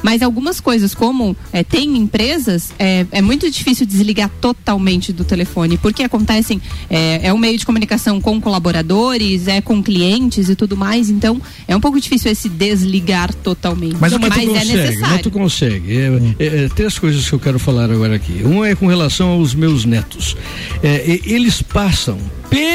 S6: Mas algumas coisas, como é, tem empresas, é, é muito difícil desligar totalmente do telefone, porque acontecem, é, é um meio de comunicação com colaboradores, é com clientes e tudo mais, então é um pouco difícil esse desligar totalmente. Mas,
S2: Mas o que
S6: é
S7: consegue, mas tu
S6: necessário.
S7: consegue. É, é, é, três coisas que eu quero falar agora aqui. Uma é com relação aos meus netos. É, e- eles passam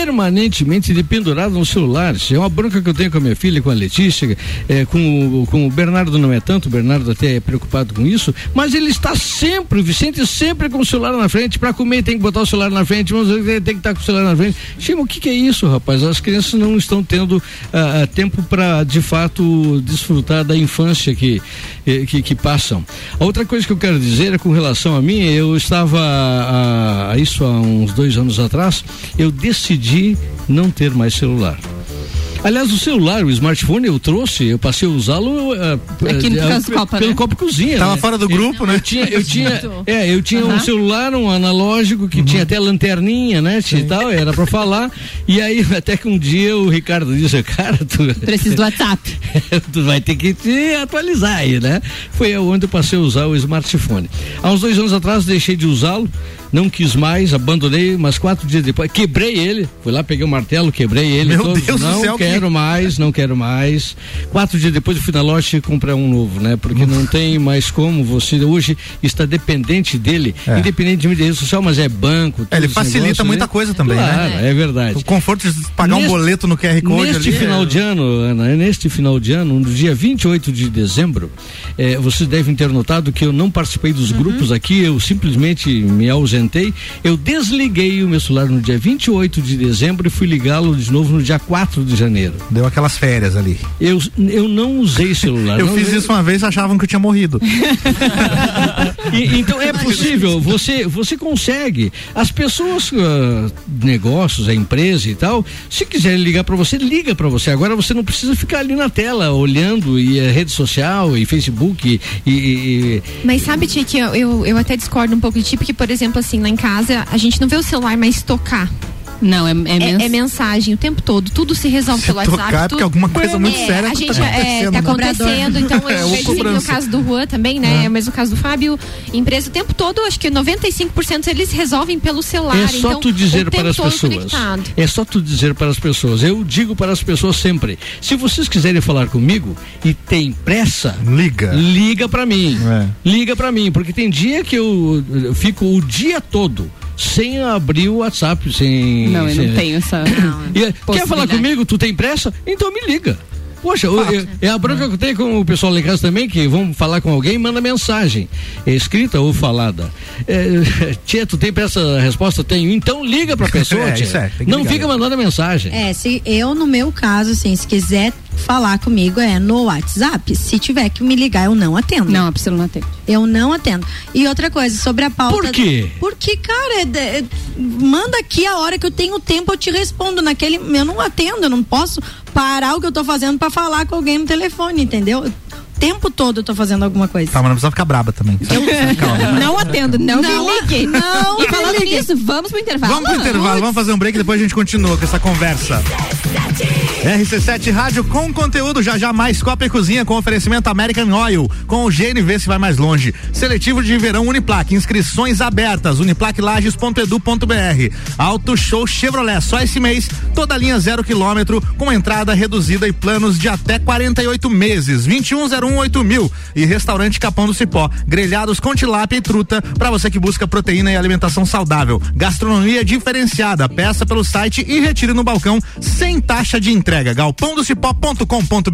S7: permanentemente dependurados no celular. Isso é uma bronca que eu tenho com a minha filha, com a Letícia, é, com, o, com o Bernardo não é tanto, o Bernardo até é preocupado com isso, mas ele está sempre, o Vicente sempre com o celular na frente, para comer tem que botar o celular na frente, vamos ver, tem que estar com o celular na frente. Chama, o que, que é isso, rapaz? As crianças não estão tendo ah, ah, tempo para, de fato, desfrutar da infância que, eh, que, que passam. A outra coisa que eu quero dizer é com relação a mim, eu estava, ah, a isso há uns dois anos atrás, eu decidi não ter mais celular. Aliás, o celular, o smartphone eu trouxe, eu passei a usá-lo ah,
S6: Aqui no
S7: ah,
S6: Cas Copa,
S7: pelo
S6: né?
S7: Copa Cozinha.
S2: Tava
S7: né?
S2: fora do grupo, né?
S7: Eu tinha, eu tinha,
S6: Exato.
S7: é, eu tinha um
S6: Aham.
S7: celular, um analógico, que tinha até lanterninha, né? tia, E tal, era pra falar. E aí, até que um dia o Ricardo disse, cara, tu,
S6: Preciso do WhatsApp.
S7: tu vai ter que te atualizar aí, né? Foi onde eu passei a usar o smartphone. Há uns dois anos atrás deixei de usá-lo, não quis mais, abandonei, mas quatro dias depois quebrei ele, fui lá, peguei o martelo, quebrei ele.
S2: Meu
S7: todo.
S2: Deus do
S7: não
S2: céu, que-
S7: quero mais, não quero mais. Quatro dias depois eu fui na loja e comprei um novo, né? Porque não tem mais como você hoje está dependente dele,
S2: É.
S7: independente de rede social, mas é banco.
S2: É,
S7: todos
S2: ele
S7: os
S2: facilita
S7: negócios,
S2: muita coisa também, né?
S7: Claro, É verdade.
S2: O conforto de pagar um
S7: Neste-
S2: boleto no QR Code
S7: Neste
S2: ali.
S7: final de ano, Ana, é neste final de ano, no dia 28 de dezembro, eh, vocês devem ter notado que eu não participei dos grupos
S2: Uhum.
S7: aqui, eu simplesmente me ausentei. Eu desliguei o meu celular no dia 28 de dezembro e fui ligá-lo de novo no dia 4 de janeiro.
S2: Deu aquelas férias ali.
S7: Eu, eu não usei celular.
S2: Eu
S7: não
S2: fiz
S7: usei-
S2: isso uma vez, achavam que eu tinha morrido.
S7: E- então é possível, você, você consegue. As pessoas, ah, negócios, a empresa e tal, se quiserem ligar para você, liga para você. Agora você não precisa ficar ali na tela olhando e a rede social e Facebook e. e- e-
S8: Mas sabe, Tia, que eu, eu, eu até discordo um pouco de ti, porque, por exemplo, assim, lá em casa a gente não vê o celular mais tocar.
S6: Não, é, é,
S8: É,
S6: mens-
S8: é mensagem o tempo todo, tudo se resolve
S2: Se
S8: pelo WhatsApp.
S2: tocar, é porque
S8: tudo-
S2: alguma coisa muito séria
S8: a
S2: que
S8: gente
S2: tá
S8: é,
S2: acontecendo,
S8: tá
S2: né?
S8: acontecendo, então
S2: É,
S8: eu
S2: ou
S8: vejo sempre no
S2: cobrança. É.
S8: caso do Juan também, né? Mas no caso do Fábio, empresa o tempo todo, acho que 95% eles resolvem pelo celular.
S7: É só
S8: então,
S7: tu dizer
S8: o tempo
S7: para as
S8: todo
S7: pessoas.
S8: Conectado.
S7: É só tu dizer para as pessoas. Eu digo para as pessoas sempre: se vocês quiserem falar comigo e tem pressa,
S2: Liga.
S7: Liga pra mim.
S2: É.
S7: Liga pra mim, porque tem dia que eu, eu fico o dia todo sem abrir o WhatsApp, sem.
S6: não, eu
S7: sem-
S6: não tenho essa.
S7: E, quer
S6: possibilidade.
S7: falar comigo? Tu tem pressa? Então me liga. Poxa, eu- eu- é a bronca que eu tenho com o pessoal lá em casa também, que vamos falar com alguém, manda mensagem, é escrita ou falada. É, tia, tu tem pressa a resposta? Tenho. Então liga pra pessoa,
S2: É,
S7: tia.
S2: isso é, tem que
S7: Não
S2: ligar.
S7: fica mandando mensagem.
S1: É, se eu, no meu caso, assim, se quiser falar comigo, é no WhatsApp. Se tiver que me ligar, eu não atendo.
S6: Não, a pessoa não tem.
S1: Eu não atendo. E outra coisa, sobre a pauta.
S7: Por quê?
S1: Porque, cara, é de- é- manda aqui a hora que eu tenho tempo, eu te respondo. Naquele. Eu não atendo, eu não posso parar o que eu tô fazendo pra falar com alguém no telefone, entendeu? O tempo todo eu tô fazendo alguma coisa.
S2: Calma, Tá, não precisa ficar braba também.
S6: Não atendo, não, me ligue.
S1: não
S6: e falando
S1: me ligue.
S6: nisso, vamos pro intervalo.
S2: Vamos pro intervalo, vamos fazer um break e depois a gente continua com essa conversa. RC7 Rádio com conteúdo, já já mais Copa e Cozinha com oferecimento American Oil, com o GNV se vai mais longe. Seletivo de verão Uniplaque, inscrições abertas, uniplaquelages.edu.br. Auto Show Chevrolet, só esse mês, toda linha zero quilômetro, com entrada reduzida e planos de até 48 meses, 2101 mil. E restaurante Capão do Cipó, grelhados com tilápia e truta, para você que busca proteína e alimentação saudável. Gastronomia diferenciada, peça pelo site e retire no balcão sem taxa de entrega. galpãodocipó.com.br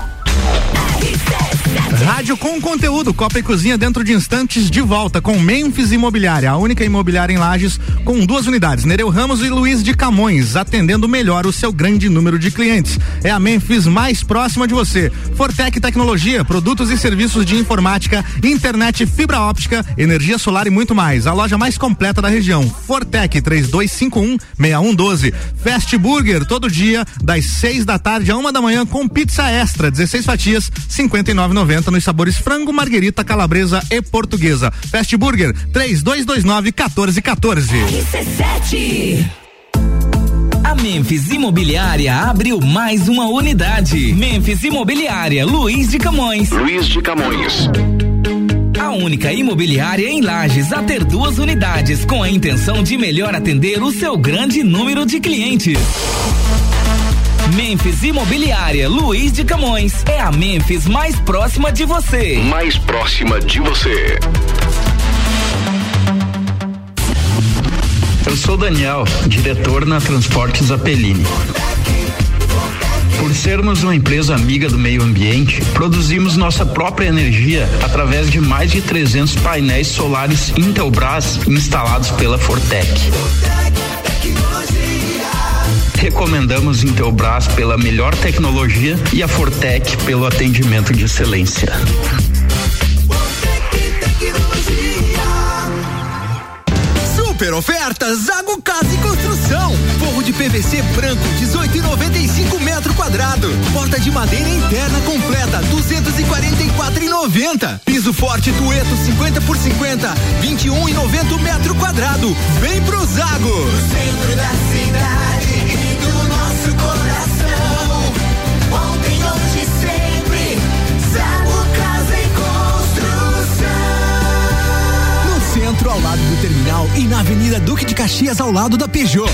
S2: Rádio com conteúdo, Copa e Cozinha dentro de instantes de volta com Memphis Imobiliária, a única imobiliária em Lages com duas unidades, Nereu Ramos e Luiz de Camões, atendendo melhor o seu grande número de clientes. É a Memphis mais próxima de você. Fortec Tecnologia, produtos e serviços de informática, internet, fibra óptica, energia solar e muito mais. A loja mais completa da região. Fortec 3251 6112. Fast Burger todo dia das 6 da tarde a uma da manhã com pizza extra, 16 fatias, 59,90 nos sabores frango, marguerita, calabresa e portuguesa. Fast Burger 3229 1414.
S9: A Memphis Imobiliária abriu mais uma unidade. Memphis Imobiliária, Luiz de Camões. Luiz de Camões. A única imobiliária em Lages a ter duas unidades, com a intenção de melhor atender o seu grande número de clientes. Memphis Imobiliária Luiz de Camões é a Memphis mais próxima de você.
S10: Mais próxima de você.
S11: Eu sou Daniel, diretor na Transportes Apelini. Por sermos uma empresa amiga do meio ambiente, produzimos nossa própria energia através de mais de 300 painéis solares Intelbras instalados pela Fortec. Recomendamos Intelbras pela melhor tecnologia e a Fortec pelo atendimento de excelência.
S12: Super ofertas Zago Casa e Construção. Forro de PVC branco 18,95 metro quadrado. Porta de madeira interna completa 244,90. Piso forte dueto 50 por 50 21,90 metro quadrado. Vem pro Zago. centro da cidade e do nosso coração. Ontem, hoje, sempre. Zago Casa e Construção.
S13: No centro, ao lado do terminal e na Avenida Duque de Caxias, ao lado da Peugeot.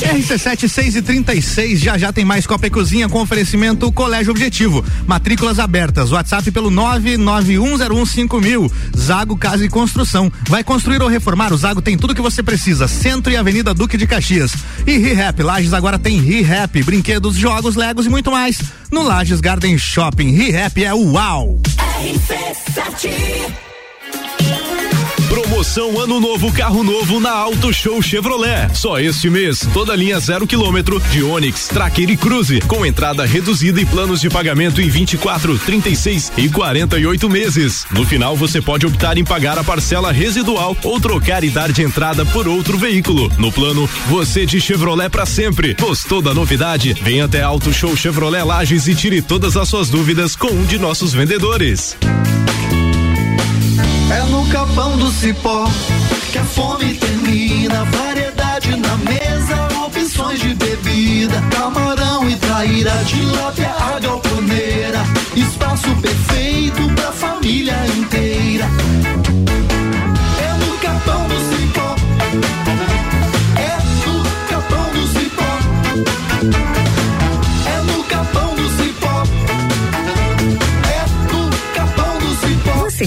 S2: RC7, 6 e 36 já já tem mais Copa e Cozinha com oferecimento Colégio Objetivo. Matrículas abertas. WhatsApp pelo 991015000. Zago Casa e Construção. Vai construir ou reformar? O Zago tem tudo que você precisa. Centro e Avenida Duque de Caxias. E ReHap. Lages agora tem ReHap. Brinquedos, jogos, legos e muito mais. No Lages Garden Shopping. ReHap é uau!
S14: Promoção Ano Novo Carro Novo na Auto Show Chevrolet. Só este mês, toda linha zero quilômetro de Onix, Tracker e Cruze, com entrada reduzida e planos de pagamento em 24, 36 e 48 meses. No final, você pode optar em pagar a parcela residual ou trocar e dar de entrada por outro veículo. No plano, você de Chevrolet para sempre. Gostou da novidade? Vem até Auto Show Chevrolet Lages e tire todas as suas dúvidas com um de nossos vendedores.
S12: É no capão do cipó que a fome termina. Variedade na mesa, opções de bebida, camarão e traíra, tilápia, a galponeira. Espaço perfeito pra família inteira. É no capão do cipó. É no capão do cipó. É no capão do cipó. É no capão do
S6: Então,
S12: cipó.
S15: Você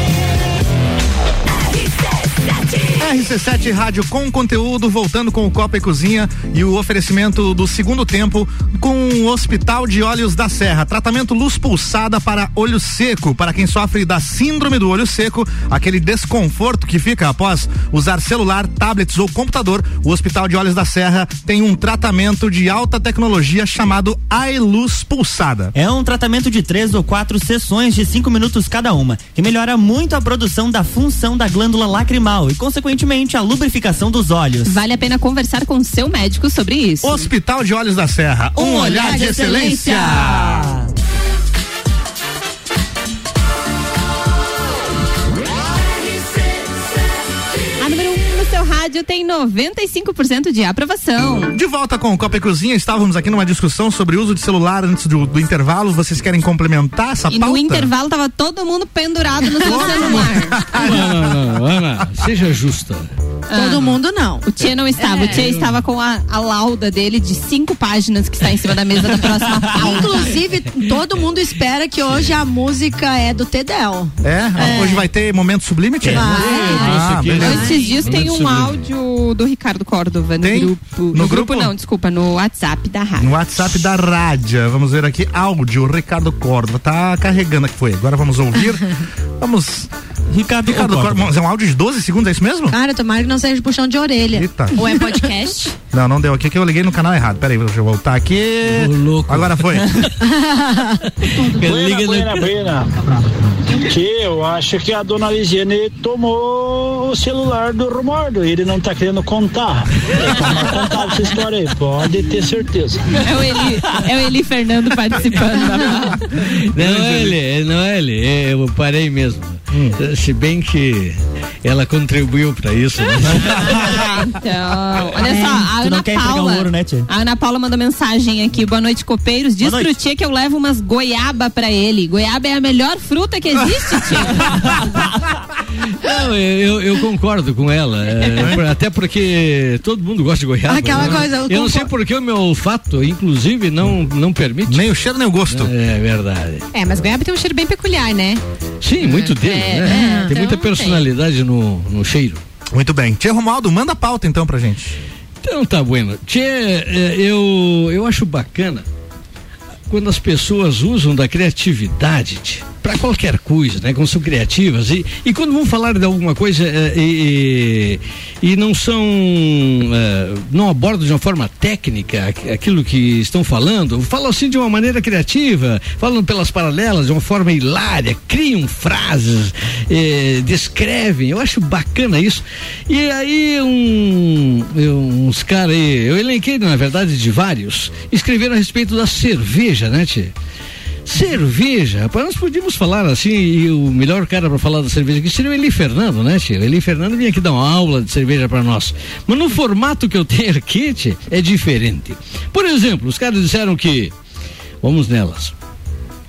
S2: RC7 Rádio com conteúdo, voltando com o Copa e Cozinha e o oferecimento do segundo tempo com o Hospital de Olhos da Serra. Tratamento luz pulsada para olho seco. Para quem sofre da síndrome do olho seco, aquele desconforto que fica após usar celular, tablets ou computador, o Hospital de Olhos da Serra tem um tratamento de alta tecnologia chamado Ailuz Pulsada.
S5: É um tratamento de três ou quatro sessões de cinco minutos cada uma, que melhora muito a produção da função da glândula lacrimal e, consequentemente, a lubrificação dos olhos.
S6: Vale a pena conversar com seu médico sobre isso.
S2: Hospital de Olhos da Serra, um, olhar de excelência.
S6: A número 1 um no seu seu rádio tem 95% de aprovação.
S2: De volta com Copa e Cozinha, estávamos aqui numa discussão sobre o uso de celular antes do, do intervalo. Vocês querem complementar essa
S6: E
S2: pauta?
S6: no intervalo tava todo mundo pendurado no seu celular.
S7: Não, não, não, Ana, seja justa.
S6: Todo
S1: mundo não.
S6: Ah. O Tia não
S2: É.
S6: estava. O Tia estava com a, a lauda dele de cinco páginas que está em cima da mesa da próxima pauta.
S1: Inclusive, todo mundo espera que hoje a música é do Tedel.
S2: É? Hoje vai ter momento sublime, Tia?
S1: Vai.
S6: É
S2: Ah,
S1: né?
S2: beleza.
S6: Antes disso, tem um
S2: Momento sublime.
S6: áudio do Ricardo Córdova no
S2: Tem?
S6: grupo.
S2: No grupo?
S6: não, desculpa, no WhatsApp da rádio.
S2: No WhatsApp da Rádia. Vamos ver aqui. Áudio, Ricardo Córdova. Tá carregando aqui, foi. Agora vamos ouvir. vamos.
S5: Ricardo,
S2: Córdova.
S1: Córdova.
S2: Mas É um áudio de 12 segundos, é isso mesmo?
S6: Ah.
S1: Cara, tomara que não seja de puxão de orelha.
S2: Eita.
S1: Ou é podcast?
S2: Não, não deu aqui que eu liguei no canal errado. Peraí, deixa eu voltar aqui. Agora foi.
S16: Buena, buena, buena. Que eu acho que a dona Lisiane tomou o celular do Romardo. Ele não tá querendo contar. Ele tá mal contado essa história aí, pode ter certeza.
S6: É o Eli, é o Eli Fernando participando da pauta.
S7: Não é ele, é- não é ele. é, Eu parei mesmo.
S1: Hum.
S7: Eh, Se bem que ela contribuiu pra isso. Né?
S6: Então, olha só, a
S7: É. Tu não
S6: Ana
S7: quer entregar
S6: Paula.
S7: o ouro, né, tia?
S6: A Ana Paula mandou mensagem aqui. Boa noite, copeiros. Diz pro tia que eu levo umas goiaba pra ele. Goiaba é a melhor fruta que existe,
S7: Não, eu, eu- eu concordo com ela. é, por- até porque todo mundo gosta de goiaba.
S1: Aquela
S7: né?
S1: coisa, eu
S7: Eu, não sei porque o meu olfato, inclusive, não, não permite.
S2: Nem o cheiro, nem o gosto.
S7: É, verdade.
S8: É, mas goiaba tem um cheiro bem peculiar, né?
S7: Sim, muito dele,
S8: É,
S7: né?
S8: é,
S7: tem
S8: então
S7: muita
S8: tem.
S7: personalidade No, no cheiro.
S2: Muito bem. Tia Romaldo, manda a pauta então pra gente.
S7: Então tá bueno. Tchê, eh, eu, eu acho bacana quando as pessoas usam da criatividade para qualquer coisa, né? Quando são criativas e, e quando vão falar de alguma coisa eh, e, e- e não são eh, não abordam de uma forma técnica aqu- aquilo que estão falando, falam assim de uma maneira criativa, falam pelas paralelas de uma forma hilária, criam frases, eh, descrevem. Eu acho bacana isso. E aí um, eu- uns caras aí, eu elenquei na verdade de vários, escreveram a respeito da cerveja, né, Tchê? Cerveja, rapaz, nós podíamos falar assim, e o melhor cara para falar da cerveja aqui seria o Eli Fernando, né, tio? O Eli Fernando vinha aqui dar uma aula de cerveja para nós. Mas no formato que eu tenho aqui, tio, é diferente. Por exemplo, os caras disseram que. Vamos nelas.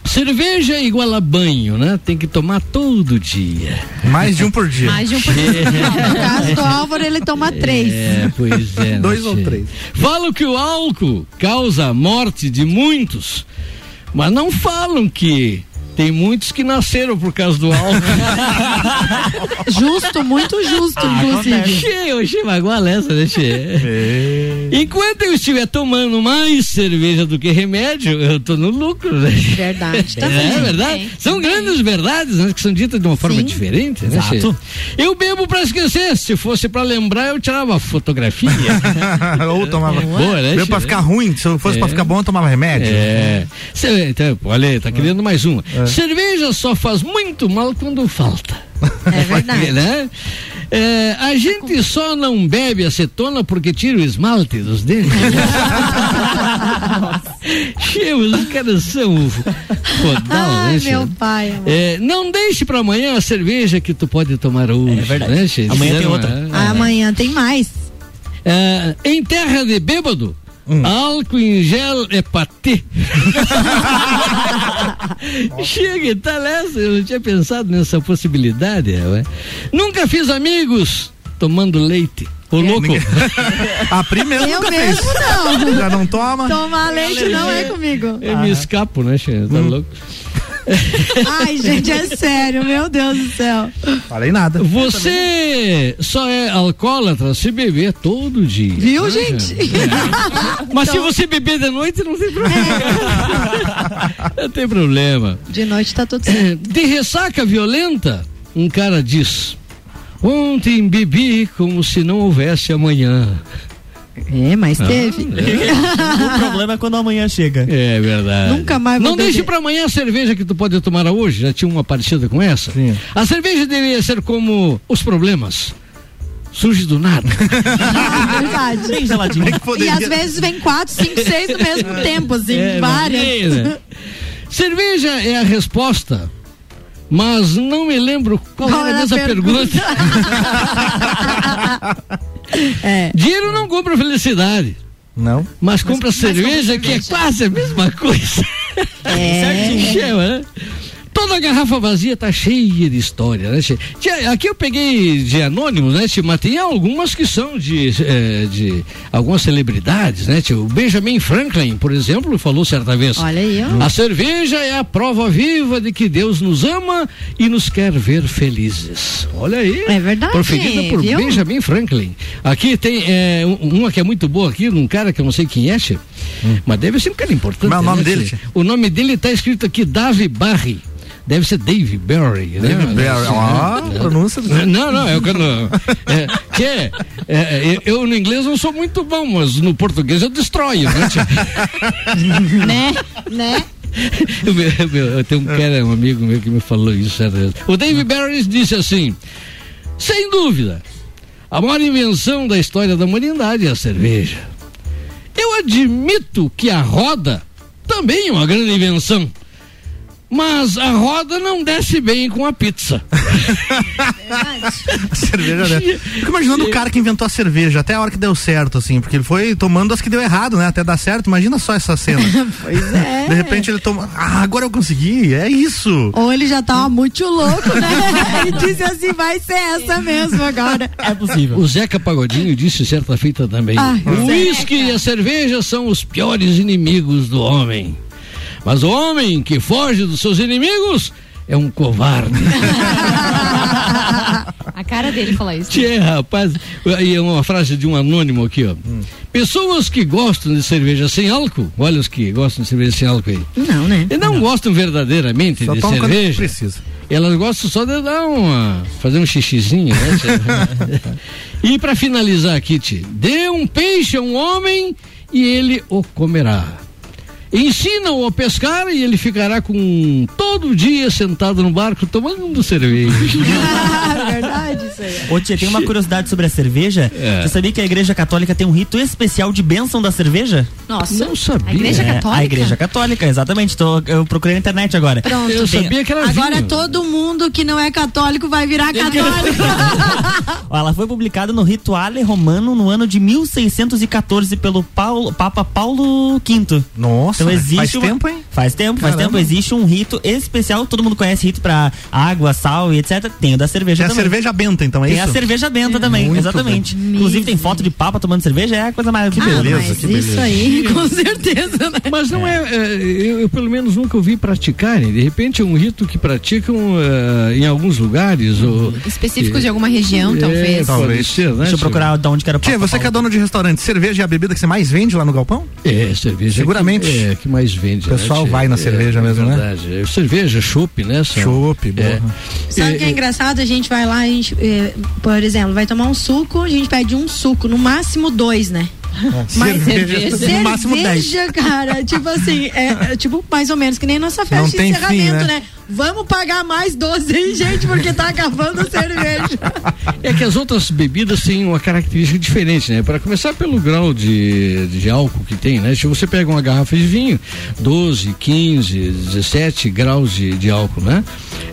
S7: Cerveja é igual a banho, né? Tem que tomar todo dia.
S2: Mais de um por dia.
S1: Mais de um por dia. No caso do Álvaro, ele toma três.
S7: É, pois é. né,
S2: Dois ou
S7: tia?
S2: três.
S7: Falam que o álcool causa a morte de muitos, mas não falam que tem muitos que nasceram por causa do álcool.
S1: Justo, muito justo,
S7: Ah, Acontece.
S1: inclusive.
S7: Che, eu chego agora essa, né, che?
S2: É.
S7: Enquanto eu estiver tomando mais cerveja do que remédio, eu tô no lucro, né?
S1: Verdade, tá
S7: É,
S1: bem.
S7: verdade. São grandes verdades, né? Que são ditas de uma forma diferente, né, che?
S2: Exato.
S7: Eu bebo pra esquecer. Se fosse pra lembrar, eu tirava fotografia.
S2: Ou tomava.
S7: Boa, né,
S2: Deu pra
S7: tia?
S2: ficar ruim. Se eu fosse
S7: É.
S2: pra ficar bom, eu tomava remédio.
S7: É. Cê- então, olha, aí, tá querendo mais uma.
S5: É.
S7: Cerveja só faz muito mal quando falta. É verdade.
S1: Tá
S7: a gente só não bebe acetona porque tira o esmalte dos dentes. Chegos, os caras são fodal,
S1: Ai,
S7: né, che?
S1: meu pai.
S7: É, não deixe pra amanhã a cerveja que tu pode tomar hoje. É verdade.
S5: Amanhã tem outra.
S7: né?
S1: Ah, Amanhã tem mais.
S7: É, em terra de bêbado, álcool em gel é patê. Chega, tá nessa, eu não tinha pensado nessa possibilidade. é, ué. Nunca fiz amigos tomando leite. Ô louco.
S2: A primeira
S1: Eu mesmo não.
S2: Já não toma?
S1: Tomar leite não é comigo.
S7: Eu me escapo, né, Xê? Tá louco?
S1: Ai, gente, é sério, meu Deus do céu.
S2: Falei nada.
S7: Você só é alcoólatra se beber todo dia.
S1: Viu,
S7: né, Xê?
S1: gente?
S7: É. Mas se
S1: Então,
S7: você beber de noite, não tem problema. não tem problema.
S1: De noite tá tudo certo.
S7: De ressaca violenta, um cara diz: Ontem bebi como se não houvesse amanhã.
S1: É, mas teve.
S5: o problema é quando amanhã chega.
S7: É verdade.
S1: Nunca mais vou
S7: Não deixe
S1: beber.
S7: pra amanhã a cerveja que tu pode tomar hoje. Já tinha uma parecida com essa. A cerveja deveria ser como os problemas. Surge do nada.
S1: É verdade.
S5: Bem geladinho. Bem
S1: E
S5: que poderia.
S1: às vezes vem quatro, cinco, seis no mesmo tempo, assim,
S7: É,
S1: várias.
S7: maneira. Cerveja é a resposta, mas não me lembro qual,
S1: Qual
S7: era
S1: era a
S7: dessa pergunta.
S1: pergunta? É.
S7: Dinheiro não compra felicidade.
S2: Não.
S7: Mas compra
S2: mas compra
S7: cerveja que é
S2: cerveja.
S7: quase a mesma coisa.
S1: Tá
S2: Certinho.
S7: Chama, né? Toda garrafa vazia tá cheia de história, né? che- Tia, Aqui eu peguei de anônimos, né, tia? Mas tem algumas que são de, eh, de algumas celebridades, né, tia? O Benjamin Franklin, por exemplo, falou certa vez.
S1: Olha aí, ó.
S7: A cerveja é a prova viva de que Deus nos ama e nos quer ver felizes. Olha aí.
S1: É verdade,
S7: Proferida por
S1: viu?
S7: Benjamin Franklin. Aqui tem eh, um- uma que é muito boa aqui, de um cara que eu não sei quem é, tia. mas deve ser um cara importante.
S2: Hum. Mas o nome dele,
S7: tia? O nome dele está escrito aqui, Dave Barry. Deve ser Dave Barry. né?
S2: Dave Barry. Ó,
S7: Não,
S2: pronúncia do-
S7: Não, não, é quando. É, que é, é, eu no inglês não sou muito bom, mas no português eu destroio, né, tia?
S1: né? Né?
S7: Eu- eu- eu- eu tenho um cara, um amigo meu que me falou isso. certa vez. O Dave Barris disse assim: sem dúvida, a maior invenção da história da humanidade é a cerveja. Eu admito que a roda também é uma grande invenção. Mas a roda não desce bem com a pizza.
S2: A cerveja, né? Fico imaginando o cara que inventou a cerveja, até a hora que deu certo, assim, porque ele foi tomando as que deu errado, né? Até dar certo, imagina só essa cena. pois é. De repente ele toma, ah, agora eu consegui, é isso.
S1: Ou ele já tava muito louco, né? E disse assim, vai ser essa mesmo agora.
S7: É possível. O Zeca Pagodinho disse certa feita também.
S1: Ah,
S7: o
S1: Zeca.
S7: uísque e a cerveja são os piores inimigos do homem. Mas o homem que foge dos seus inimigos é um covarde.
S8: A cara dele falar isso.
S7: Tchê, rapaz. Aí é uma frase de um anônimo aqui, ó.
S2: Hum.
S7: Pessoas que gostam de cerveja sem álcool, olha os que gostam de cerveja sem álcool aí.
S1: Não, né?
S7: E não, gostam verdadeiramente
S2: Só
S7: de
S2: toma quando
S7: cerveja.
S2: precisa.
S7: Elas gostam só de dar uma. fazer um xixizinho, né? e pra finalizar aqui, Ti, dê um peixe a um homem e ele o comerá. Ensina-o a pescar e ele ficará com todo dia sentado no barco tomando cerveja.
S1: É verdade isso aí.
S5: Ô tia, tem uma curiosidade sobre a cerveja. Você sabia que a igreja católica tem um rito especial de bênção da cerveja?
S1: Nossa.
S7: Não sabia.
S1: A igreja
S5: É,
S1: católica?
S5: A igreja católica, exatamente. Tô, eu procurei na internet agora.
S1: Pronto.
S5: Tem-
S1: Agora todo mundo que não é católico vai virar católico.
S5: Ó, Ela foi publicada no Rituale Romano no ano de 1614 pelo Paulo- Papa Paulo V.
S2: Nossa,
S5: então existe
S2: faz
S5: uma-
S2: tempo, hein?
S5: Faz tempo, faz
S2: Caramba.
S5: tempo. Existe um rito especial, todo mundo conhece rito pra água, sal e etc. Tem o da cerveja
S2: É a
S5: também.
S2: cerveja benta, então, é
S5: tem
S2: isso?
S5: a cerveja benta também,
S2: Muito
S5: exatamente. Inclusive tem foto de papa tomando cerveja, é a coisa mais...
S2: Que beleza, mas que beleza. isso
S1: aí, com certeza, né?
S7: Mas não é, é, eu, eu pelo menos nunca ouvi praticarem. De repente é um rito que praticam eh, em alguns lugares. Ou,
S8: Específico de
S7: Eh,
S8: alguma região,
S7: é,
S8: talvez.
S7: pode
S2: Talvez.
S7: ser, né,
S5: Deixa eu
S7: senhor?
S5: procurar de onde que era o
S2: Tia,
S5: Papa
S2: você que é
S5: Paulo.
S2: dono de restaurante, cerveja é a bebida que você mais vende lá no galpão?
S7: É, cerveja.
S2: Seguramente.
S7: que- É, que mais vende.
S2: O pessoal
S7: né,
S2: vai na
S7: É,
S2: cerveja mesmo, né?
S7: verdade. É, cerveja, chopp, né? são-
S2: Chopp,
S7: é.
S2: borra.
S1: Sabe o que é engraçado? A gente vai lá, a gente, eh, por exemplo, vai tomar um suco, a gente pede um suco, no máximo dois, né? Mas
S2: cerveja,
S1: cerveja,
S2: no máximo 10.
S1: cara, tipo assim, é, é tipo mais ou menos que nem nossa festa
S2: Não
S1: de
S2: tem fim,
S1: encerramento,
S2: né?
S1: né? Vamos pagar mais 12, hein, gente, porque tá acabando a cerveja.
S7: É que as outras bebidas têm uma característica diferente, né? Para começar pelo grau de, de álcool que tem, né? Se você pega uma garrafa de vinho, 12, 15, 17 graus de, de álcool, né?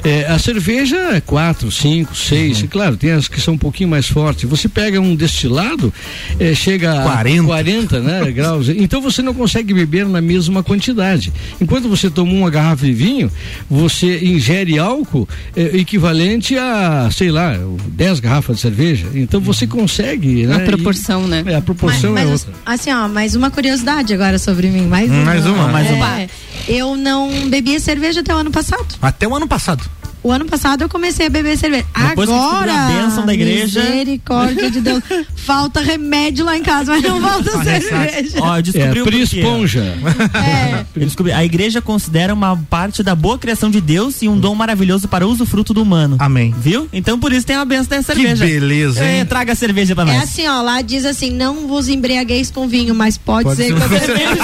S7: É, a cerveja é 4, 5,
S2: Uhum.
S7: 6, e claro, tem as que são um pouquinho mais fortes. Você pega um destilado, é, chega a
S2: 40.
S7: 40 né, graus, então você não consegue beber na mesma quantidade. Enquanto você toma uma garrafa de vinho, você ingere álcool eh, equivalente a, sei lá, 10 garrafas de cerveja. Então você consegue. Né,
S6: A proporção, né?
S7: e- é, a proporção
S1: mas,
S7: é
S1: mas,
S7: outra.
S1: assim, ó, mais uma curiosidade agora sobre mim. Mais
S2: Hum,
S1: uma.
S2: mais uma, mais
S1: É,
S2: uma.
S1: Eu não bebia cerveja até o ano passado.
S2: Até o ano passado.
S1: O ano passado eu comecei a beber cerveja.
S5: Depois que
S1: Agora,
S5: descobriu a bênção da igreja.
S1: misericórdia de Deus. Falta remédio lá em casa, mas não falta cerveja. É.
S5: Ó, eu descobri
S7: É,
S5: o
S7: Pri
S5: porquê.
S7: Esponja. Né?
S5: Eu descobri. A igreja considera uma parte da boa criação de Deus e um dom maravilhoso para o usufruto do humano.
S2: Amém.
S5: Viu? Então por isso tem a benção da cerveja.
S2: beleza,
S5: É,
S2: hein?
S5: traga a cerveja pra
S1: É
S5: nós.
S1: assim, ó, lá diz assim, não vos embriagueis com vinho, mas pode,
S2: Pode
S1: ser
S2: ser
S1: com
S2: com
S1: cerveja.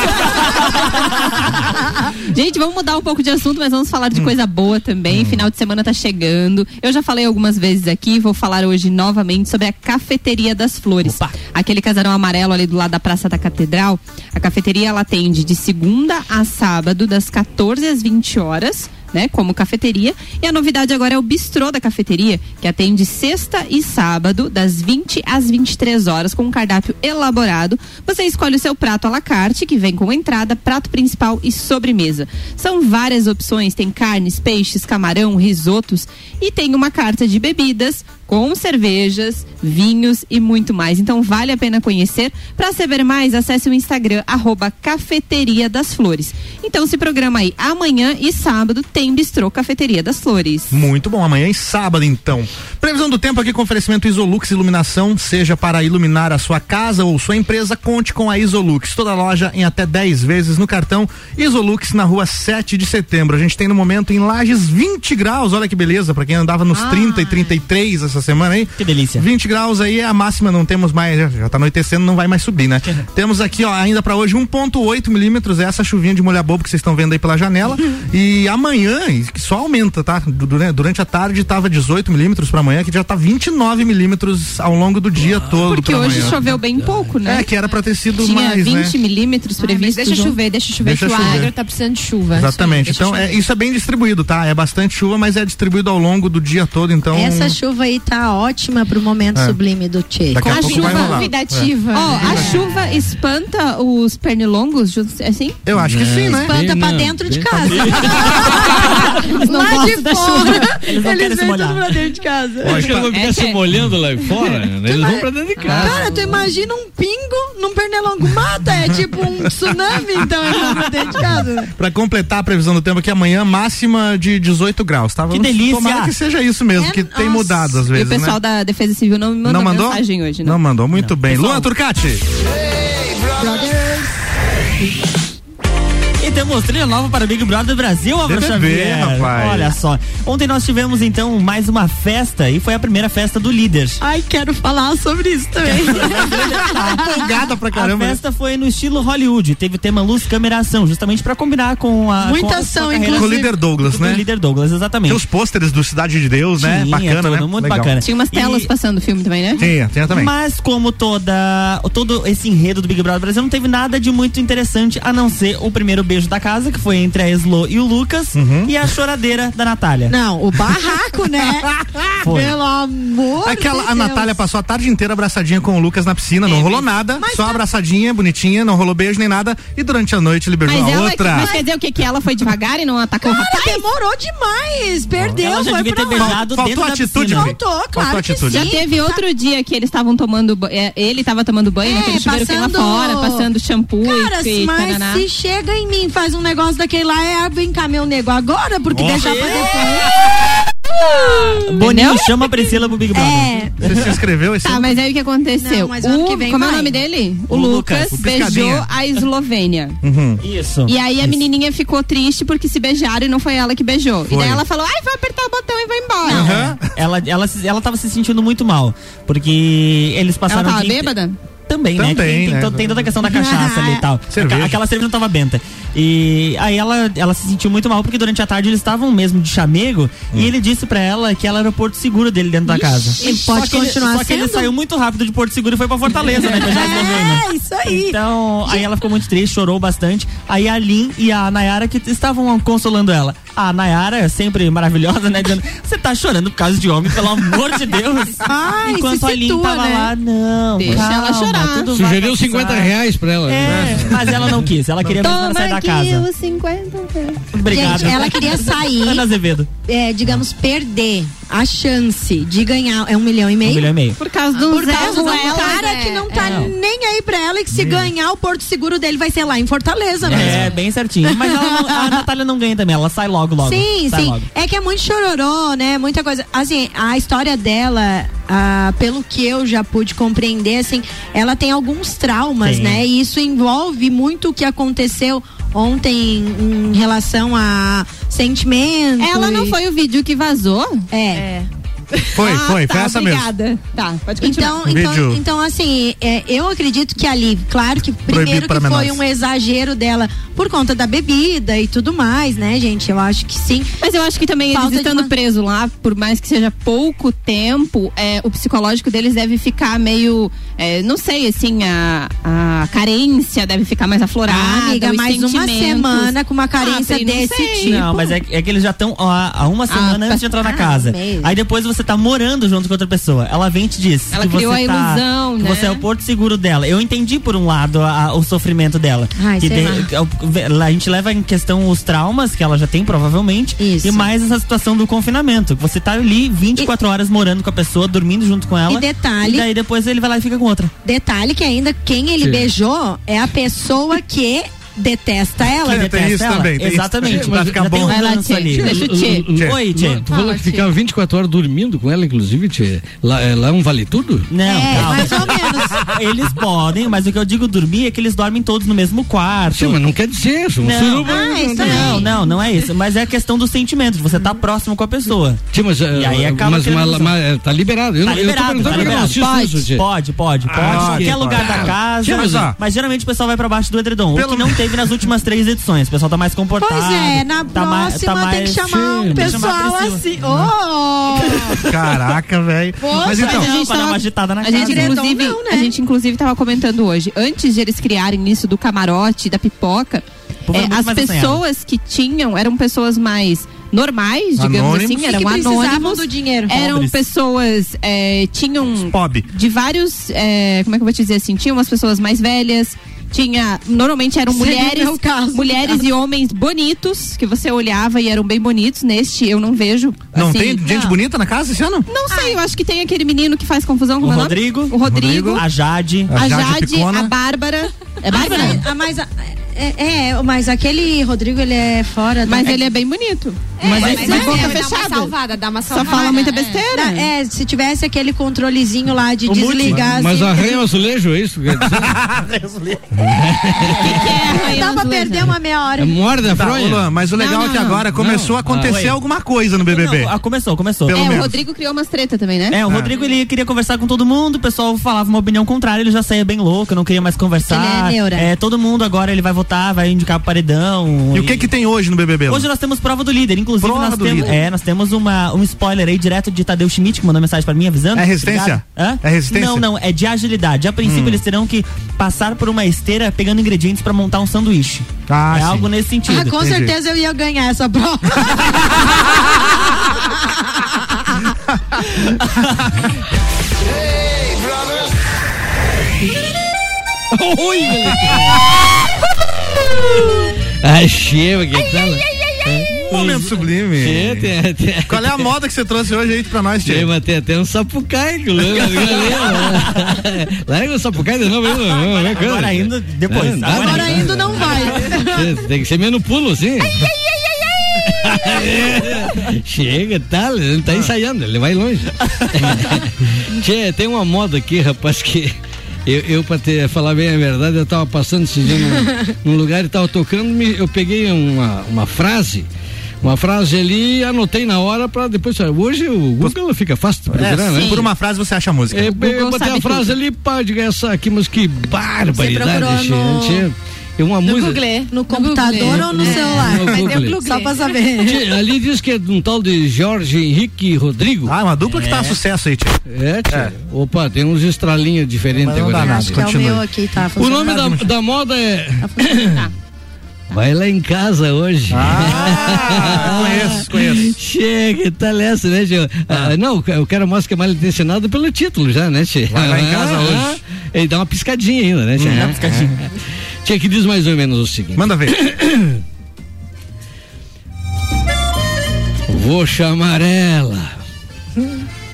S6: Gente, vamos mudar um pouco de assunto, mas vamos falar de coisa boa também. Final de semana tá chegando. Eu já falei algumas vezes aqui, vou falar hoje novamente sobre a Cafeteria das Flores.
S5: Opa.
S6: Aquele casarão amarelo ali do lado da Praça da Catedral. A cafeteria ela atende de segunda a sábado, das 14 às 20 horas. né, como cafeteria. E a novidade agora é o bistrô da cafeteria, que atende sexta e sábado, das 20 às 23 horas, com um cardápio elaborado. Você escolhe o seu prato à la carte, que vem com entrada, prato principal e sobremesa. São várias opções, tem carnes, peixes, camarão, risotos e tem uma carta de bebidas com cervejas, vinhos e muito mais. Então vale a pena conhecer. Para saber mais, acesse o Instagram arroba Cafeteria das Flores. Então se programa aí. Amanhã e sábado tem bistrô Cafeteria das Flores.
S2: Muito bom, amanhã e sábado então. Previsão do tempo aqui com oferecimento Isolux Iluminação, seja para iluminar a sua casa ou sua empresa, conte com a Isolux. Toda loja em até 10 vezes no cartão Isolux na rua 7 de setembro. A gente tem no momento em Lages 20 graus, olha que beleza, para quem andava nos 30 e 33 essa semana aí.
S5: Que delícia.
S2: 20 graus aí é a máxima, não temos mais, já, já tá anoitecendo, não vai mais subir, né? temos aqui, ó, ainda para hoje 1.8 milímetros, essa chuvinha de molhar bobo que vocês estão vendo aí pela janela. e amanhã, e que só aumenta, tá? Du- Durante, durante a tarde tava 18 milímetros para amanhã, que já tá 29 milímetros ao longo do dia todo.
S6: Porque
S2: pra
S6: hoje
S2: amanhã.
S6: choveu bem pouco, né?
S2: É, que era pra ter sido
S6: Tinha
S2: mais,
S1: é?
S6: 20
S2: né?
S6: milímetros previsto.
S8: Deixa chover, deixa chover,
S2: Deixa
S8: que o
S2: chover.
S8: agro tá precisando de chuva.
S2: Exatamente.
S8: Deixa
S2: Então,
S8: chover.
S2: é, isso é bem distribuído, tá? É bastante chuva, mas é distribuído ao longo do dia todo,
S5: Hum.
S2: então.
S1: Essa chuva aí tá ótima pro momento
S2: É.
S1: sublime do Tchê.
S2: Daqui a Com a pouco vai chuva rolar. convidativa.
S6: Ó, a
S5: É.
S6: chuva espanta os pernilongos, just- assim?
S2: Eu acho que sim, né?
S1: Espanta pra dentro de casa.
S6: não
S1: Lá de
S6: gostam da
S1: fora.
S6: chuva. Eles não querem se
S1: vêm
S6: molhar.
S1: tudo pra dentro de casa.
S7: Acho que eu vou ficar se molhando lá fora. né? Eles vão pra dentro de casa.
S1: Cara, tu imagina um pingo num pernilongo mata? É tipo um tsunami, então é lá pra dentro de casa. né?
S2: Pra completar a previsão do tempo aqui amanhã, máxima de 18 graus, tá? Vamos-
S6: delícia!
S2: Tomara que seja isso mesmo, que tem mudado às
S6: É, E
S2: vezes,
S6: o pessoal
S2: né?
S6: da Defesa Civil não me mandou,
S2: Não mandou?
S6: mensagem hoje, né?
S2: Não mandou, muito bem. Luan Turcati.
S5: E temos trilha nova para o Big Brother Brasil, Álvaro
S2: BBB,
S5: Xavier.
S2: rapaz.
S5: Olha só. Ontem nós tivemos então mais uma festa e foi a primeira festa do líder.
S1: Ai, quero falar sobre isso também. tá
S2: Empolgada pra caramba. né?
S5: A festa foi no estilo Hollywood. Teve tema luz, câmera, ação, justamente pra combinar com a.
S1: Muita
S5: com a-
S1: ação,
S5: com a carreira.
S1: inclusive.
S2: Com o líder Douglas,
S5: Com
S2: né?
S5: o líder Douglas, exatamente.
S2: Tem os pôsteres do Cidade de Deus, né?
S5: Tinha,
S2: Bacana, né?
S5: é tudo, muito
S2: Legal.
S5: bacana.
S6: Tinha umas telas passando o filme também, né?
S2: Tinha, tinha também.
S5: Mas como toda todo esse enredo do Big Brother Brasil não teve nada de muito interessante a não ser o primeiro beijo da casa, que foi entre a Eslo e o Lucas,
S2: Uhum.
S5: e a choradeira da Natália.
S1: Não, o barraco, né?
S5: Foi.
S1: Pelo amor
S2: É Aquela,
S1: de
S2: a
S1: Deus.
S2: Natália passou a tarde inteira abraçadinha com o Lucas na piscina, não rolou nada, só
S6: tá-
S2: abraçadinha, bonitinha, não rolou beijo nem nada, e durante a noite ele beijou
S6: Mas
S2: a
S6: ela,
S2: outra.
S6: mas quer dizer o que? Que ela foi devagar e não atacou o
S1: Cara,
S6: rapaz?
S1: demorou demais. Perdeu,
S5: Ela já
S1: foi
S5: devia
S1: pra
S5: ter beijado
S2: Faltou
S5: dentro da
S2: atitude,
S5: piscina.
S2: Vi.
S1: Faltou,
S2: Faltou
S1: claro que
S2: atitude.
S1: sim. tá.
S6: Já teve outro dia que eles estavam tomando ba- é, ele estava tomando banho
S1: É,
S6: naquele chuveiro que tem lá
S1: passando-
S6: fora, passando shampoo
S1: Cara,
S6: e e
S1: mas
S6: taraná.
S1: se chega em mim, faz um negócio daquele lá, é ah, vem cá, meu nego, agora, porque
S2: Nossa.
S1: deixar pra
S5: é,
S1: depois.
S5: Boninho chama a Priscila pro Big Brother.
S6: É.
S2: Você se inscreveu esse
S6: Tá, mas aí o que aconteceu?
S1: Não, mas o ano
S6: O-
S1: que vem
S6: como é o
S1: vai.
S6: nome dele? O,
S5: O
S6: Lucas,
S5: Lucas,
S2: o
S6: beijou
S2: Piscadinha.
S6: a Eslovênia.
S2: Uhum.
S5: Isso.
S6: E aí a menininha ficou triste porque se beijaram e não foi ela que beijou. E
S2: Foi.
S6: daí ela falou, ai, vou apertar o botão e vai embora.
S2: Aham.
S5: Ela, ela, se- ela tava se sentindo muito mal. Porque eles
S6: Ela
S5: passaram.
S6: tava
S5: o dia inte-
S6: bêbada?
S5: Também, né?
S2: Também,
S5: Tem, tem
S2: né?
S5: to- tem toda a questão da cachaça ali e tal.
S2: Cerveja.
S5: Aca- Aquela cerveja não tava benta. E aí ela, ela se sentiu muito mal porque durante a tarde eles estavam mesmo de chamego
S2: Hum.
S5: e ele disse pra ela que ela era o porto seguro dele dentro da casa.
S1: e
S5: Só
S1: pode
S5: que ele-
S1: continuar
S5: Só que ele
S1: sendo?
S5: saiu muito rápido de Porto Seguro e foi pra Fortaleza, né? beijar a Eslovênia.
S1: É, isso aí.
S5: Então, aí ela ficou muito triste, chorou bastante. Aí a Lin e a Nayara que estavam consolando ela. A Nayara, é sempre maravilhosa, né? Dizendo, você tá chorando por causa de homem, pelo amor de Deus.
S1: Ai, se
S5: Enquanto a Lin
S1: situa,
S5: tava
S1: né?
S5: lá, não.
S6: Deixa
S5: calma,
S6: ela chorar.
S5: tudo vai
S7: Sugeriu
S5: passar.
S7: 50 reais pra ela. né?
S5: É, mas ela não quis. Ela queria mesmo era sair da casa.
S6: 50
S5: Obrigado.
S1: Gente, ela queria sair.
S5: Ana Azevedo.
S1: É, digamos, perder a chance de ganhar é um milhão e meio. Ah,
S5: Um milhão e meio.
S6: Por causa do
S1: Por
S6: Zé
S1: causa do
S6: Ruela,
S1: cara
S6: né?
S1: que não tá
S5: É.
S1: nem aí pra ela e que se ganhar o Porto Seguro dele vai ser lá em Fortaleza né? mesmo.
S5: É, bem certinho. Mas ela não- a Natália não ganha também, ela sai logo, logo.
S1: Sim,
S5: sai
S1: sim.
S5: Logo.
S1: É que é muito chororô, né? Muita coisa. Assim, a história dela, ah, pelo que eu já pude compreender, assim, ela tem alguns traumas,
S5: Tem.
S1: né? E isso envolve muito o que aconteceu ontem em relação a sentimentos.
S6: Ela não foi o vídeo que vazou?
S1: É.
S2: Foi,
S1: Ah,
S2: foi,
S1: tá,
S2: foi essa mesmo.
S1: obrigada.
S6: Tá, pode
S1: Então,
S2: Um
S1: então,
S2: vídeo.
S1: então assim, é, eu acredito que ali, claro que primeiro
S2: Proibido
S1: que
S2: para
S1: foi
S2: menores.
S1: um exagero dela por conta da bebida e tudo mais, né, gente? Eu acho que sim.
S6: Mas eu acho que também eles
S1: Falta de
S6: estando preso lá, por mais que seja pouco tempo, é, o psicológico deles deve ficar meio, é, não sei, assim, a, a carência deve ficar mais aflorada.
S1: Ah, amiga,
S6: os
S1: mais uma
S6: sentimentos.
S1: semana com uma carência
S6: Pri, não
S1: desse
S6: sei.
S1: tipo. Ah,
S5: Não, mas é, é que eles já estão há, há uma semana antes de entrar na casa. Aí depois você tá morando junto com outra pessoa. Ela vem e te diz.
S6: Ela
S5: que
S6: criou
S5: você
S6: a
S5: tá-
S6: ilusão,
S5: que
S6: né?
S5: Você é o porto seguro dela. Eu entendi, por um lado, a- o sofrimento dela.
S1: Ai,
S5: que é
S1: sei
S5: a, a gente leva em questão os traumas que ela já tem, provavelmente. E mais essa situação do confinamento. Você tá ali 24 horas morando com a pessoa, dormindo junto com ela.
S1: E detalhe-
S5: E daí depois ele vai lá e fica com outra.
S1: Detalhe que ainda quem ele
S5: Sim.
S1: beijou é a pessoa que detesta ela. né?
S5: Que detesta ela. Exatamente.
S7: Mas
S5: Vai ficar
S7: já tem
S5: bom.
S7: um
S1: Vai lá,
S5: ranço
S1: Tchê.
S5: ali.
S1: Deixa o Tchê.
S7: Tchê.
S5: Oi, Tchê.
S7: Tu falou que ficava 24 horas dormindo com ela, inclusive, Tchê. Lá, é, lá é um vale tudo?
S5: Não,
S1: É,
S5: calma. Eles podem, mas o que eu digo dormir é que eles dormem todos no mesmo quarto.
S7: Sim, mas não quer dizer isso. Um
S5: Não,
S7: suruba- Ah, isso
S5: não,
S7: aí.
S5: não, não é isso. Mas é a questão do sentimento, de você tá próximo com a pessoa.
S7: Sim, mas,
S5: e aí
S7: eh,
S5: acaba
S7: mas,
S5: tendo
S7: mas-
S5: ilusão.
S7: mas, eh, tá liberado. Eu,
S5: tá
S7: não-
S5: liberado,
S7: eu tô
S5: tá
S7: perguntando pra quem não
S5: liberado.
S7: assiste
S5: Pode,
S7: isso, Tchê.
S5: pode, pode, pode.
S7: Ah,
S5: Qualquer
S7: pode.
S5: lugar da
S7: Ah,
S5: casa.
S7: sim, mas, ó.
S5: Mas geralmente o pessoal vai pra baixo do edredom.
S1: Pelo
S5: O que não teve nas últimas três edições. O pessoal tá mais comportado.
S1: Pois é, na
S5: tá mais-
S1: próxima
S5: tá
S1: tem que
S5: mais-
S1: chamar um
S5: Tem que chamar a
S1: pessoal
S5: Priscila.
S1: assim. Oh!
S2: Caraca, velho.
S6: Poxa,
S2: Mas então,
S6: a gente
S5: pra dar
S6: tava-
S5: uma agitada na
S6: a
S5: casa.
S6: gente,
S5: Edredom
S6: inclusive,
S5: não, né?
S6: a gente inclusive tava comentando hoje, antes de eles criarem isso do camarote, da pipoca,
S5: povo
S6: eh,
S5: é muito
S6: as
S5: mais
S6: pessoas que tinham eram pessoas mais normais, digamos
S5: Anônimos.
S6: assim,
S5: E
S6: eram
S5: que precisavam
S6: anônimos,
S1: do dinheiro.
S6: eram
S5: Pobres.
S6: pessoas eh, tinham
S2: Pobre.
S6: de vários, eh, como é que eu vou te dizer assim, tinham umas pessoas mais velhas, tinha, normalmente eram
S1: Seria
S6: mulheres,
S1: meu caso.
S6: mulheres e homens bonitos, que você olhava e eram bem bonitos, neste eu não vejo.
S2: não
S6: assim,
S2: tem gente bonita na casa esse ano?
S6: não sei, eu acho que tem aquele menino que faz confusão com
S5: O
S1: é
S6: meu nome?
S5: Rodrigo.
S6: O Rodrigo.
S5: A Jade.
S6: A Jade, a Bárbara. É Bárbara?
S1: Ah, mas, a- é, é, mas aquele Rodrigo, ele é fora.
S6: Mas ele é bem bonito.
S1: Mas
S6: mas
S1: é-
S6: de
S1: mas
S6: boca
S1: é, dá uma
S6: fechada.
S8: salvada, dá uma
S6: Só
S8: salvada,
S6: fala muita
S8: é.
S6: besteira.
S1: É, se tivesse aquele controlezinho lá de
S7: O mute.
S1: desligar.
S7: Mas
S1: assim,
S7: arranha o azulejo, é isso? que quer dizer?
S6: é,
S1: Dá pra perder
S6: um
S1: uma meia hora.
S7: Morde a
S2: Tá,
S7: fronha?
S2: ô, Luan, mas o legal
S7: Não,
S2: é que
S7: não,
S2: agora
S7: não.
S2: começou a
S7: Ah,
S2: acontecer
S7: oi.
S2: alguma coisa no BBB.
S5: Não, ah, começou, começou.
S2: Pelo
S6: É, o
S2: menos.
S6: Rodrigo criou umas treta também, né?
S2: Ah.
S5: É, o Rodrigo ele queria conversar com todo mundo, o pessoal falava uma opinião contrária, ele já saía bem louco, não queria mais conversar.
S1: Ele é neura.
S5: todo mundo agora ele vai votar, vai indicar pro paredão.
S2: E o que que tem hoje no BBB? Luan?
S5: Hoje nós temos prova do líder, inclusive
S2: Prova
S5: nós
S2: do
S5: temos,
S2: líder.
S5: é, nós temos uma, um spoiler aí direto de Tadeu Schmidt que mandou mensagem pra mim avisando.
S2: É resistência?
S5: Obrigado. Hã?
S2: É resistência? Hum.
S5: Não, não, é de agilidade. A princípio eles terão que passar por uma esteira pegando ingredientes pra montar um sanduíche.
S2: Ah,
S5: é
S2: sim.
S5: algo nesse sentido.
S1: Ah, com certeza eu ia ganhar essa prova.
S7: Oi, Ai, chega, que tal?
S5: Um
S2: Momento é sublime.
S7: Tchê, tem- tem-
S2: Qual é a moda que você trouxe hoje aí pra nós, Tchê?
S7: Tchê, mas tem até um sapucai que o Luan Larga o sapucai de novo. Agora,
S5: Agora ainda, depois.
S7: É,
S5: agora
S1: Agora ainda não vai.
S7: Tchê, Tem que ser menos pulo, assim. Chega, tá? Ele tá ensaiando, ele vai longe. Tchê, tem uma moda aqui, rapaz, que. Eu, eu pra te falar bem a verdade, eu tava passando esse dia num, num lugar e tava tocando, me- eu peguei uma, uma frase, uma frase ali e anotei na hora pra depois. Hoje o Google fica fácil de
S2: É,
S7: procurar, né?
S2: Por uma frase você acha a música.
S7: É, eu
S2: Google
S7: botei a
S2: sabe
S7: frase
S2: tudo.
S7: ali, pá, diga essa aqui, mas que
S1: procurou
S7: barbaridade, Tchê.
S1: no-
S7: Tchê. É uma música.
S1: No computador ou no celular? é
S7: No Google.
S1: Só pra saber.
S7: Tchê, ali diz que é de um tal de Jorge Henrique Rodrigo.
S2: Ah, uma dupla que tá sucesso aí, Tchê.
S7: É, tchê. Opa, tem uns estralinhos diferentes
S2: Mas não
S7: agora.
S2: dá nada,
S7: Tchê.
S1: Que é o meu aqui, tá?
S7: O nome
S1: funcionando.
S7: da, da moda é. Vai lá em casa hoje.
S2: Ah, conheço, conheço.
S7: Chega, que tal essa, né, Tio? Ah, não, o cara mostra que é mal intencionado pelo título já, né, Tio?
S2: Vai lá em casa hoje. Hum, é
S7: Ele dá uma piscadinha ainda, né, Tio?
S5: Dá uma piscadinha.
S7: Tio, que diz mais ou menos o seguinte:
S2: Manda ver.
S7: Vou chamar ela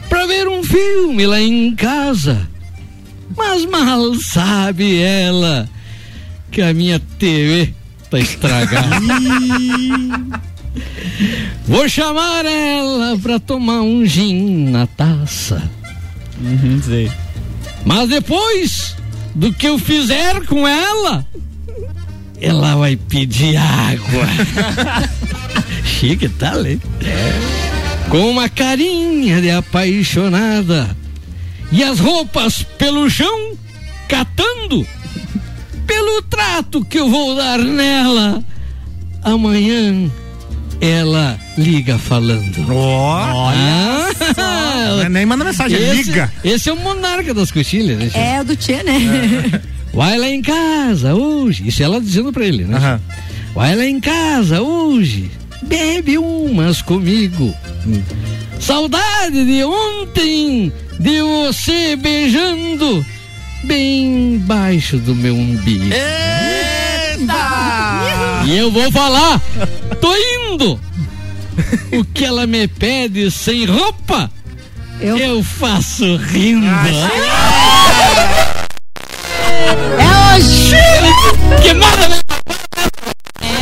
S7: pra ver um filme lá em casa. Mas mal sabe ela que a minha TV tá estragada. Vou chamar ela pra tomar um gin na taça.
S5: Uhum, sei.
S7: Mas depois do que eu fizer com ela, ela vai pedir água. Chique, tá, hein? com uma carinha de apaixonada e as roupas pelo chão catando pelo trato que eu vou dar nela. Amanhã ela liga falando. Olha!
S2: é Nem manda mensagem, liga.
S7: Esse é o monarca das coxilhas, né? tio?
S1: É, o do Tchê, né?
S7: Vai lá em casa hoje. Isso ela dizendo pra ele, né? Vai lá em casa hoje. Bebe umas comigo. Hum. Saudade de ontem de você beijando bem baixo do meu umbigo. E eu vou falar, tô indo. O que ela me pede sem roupa, eu, faço rindo.
S1: É hoje!
S7: Que maravilha!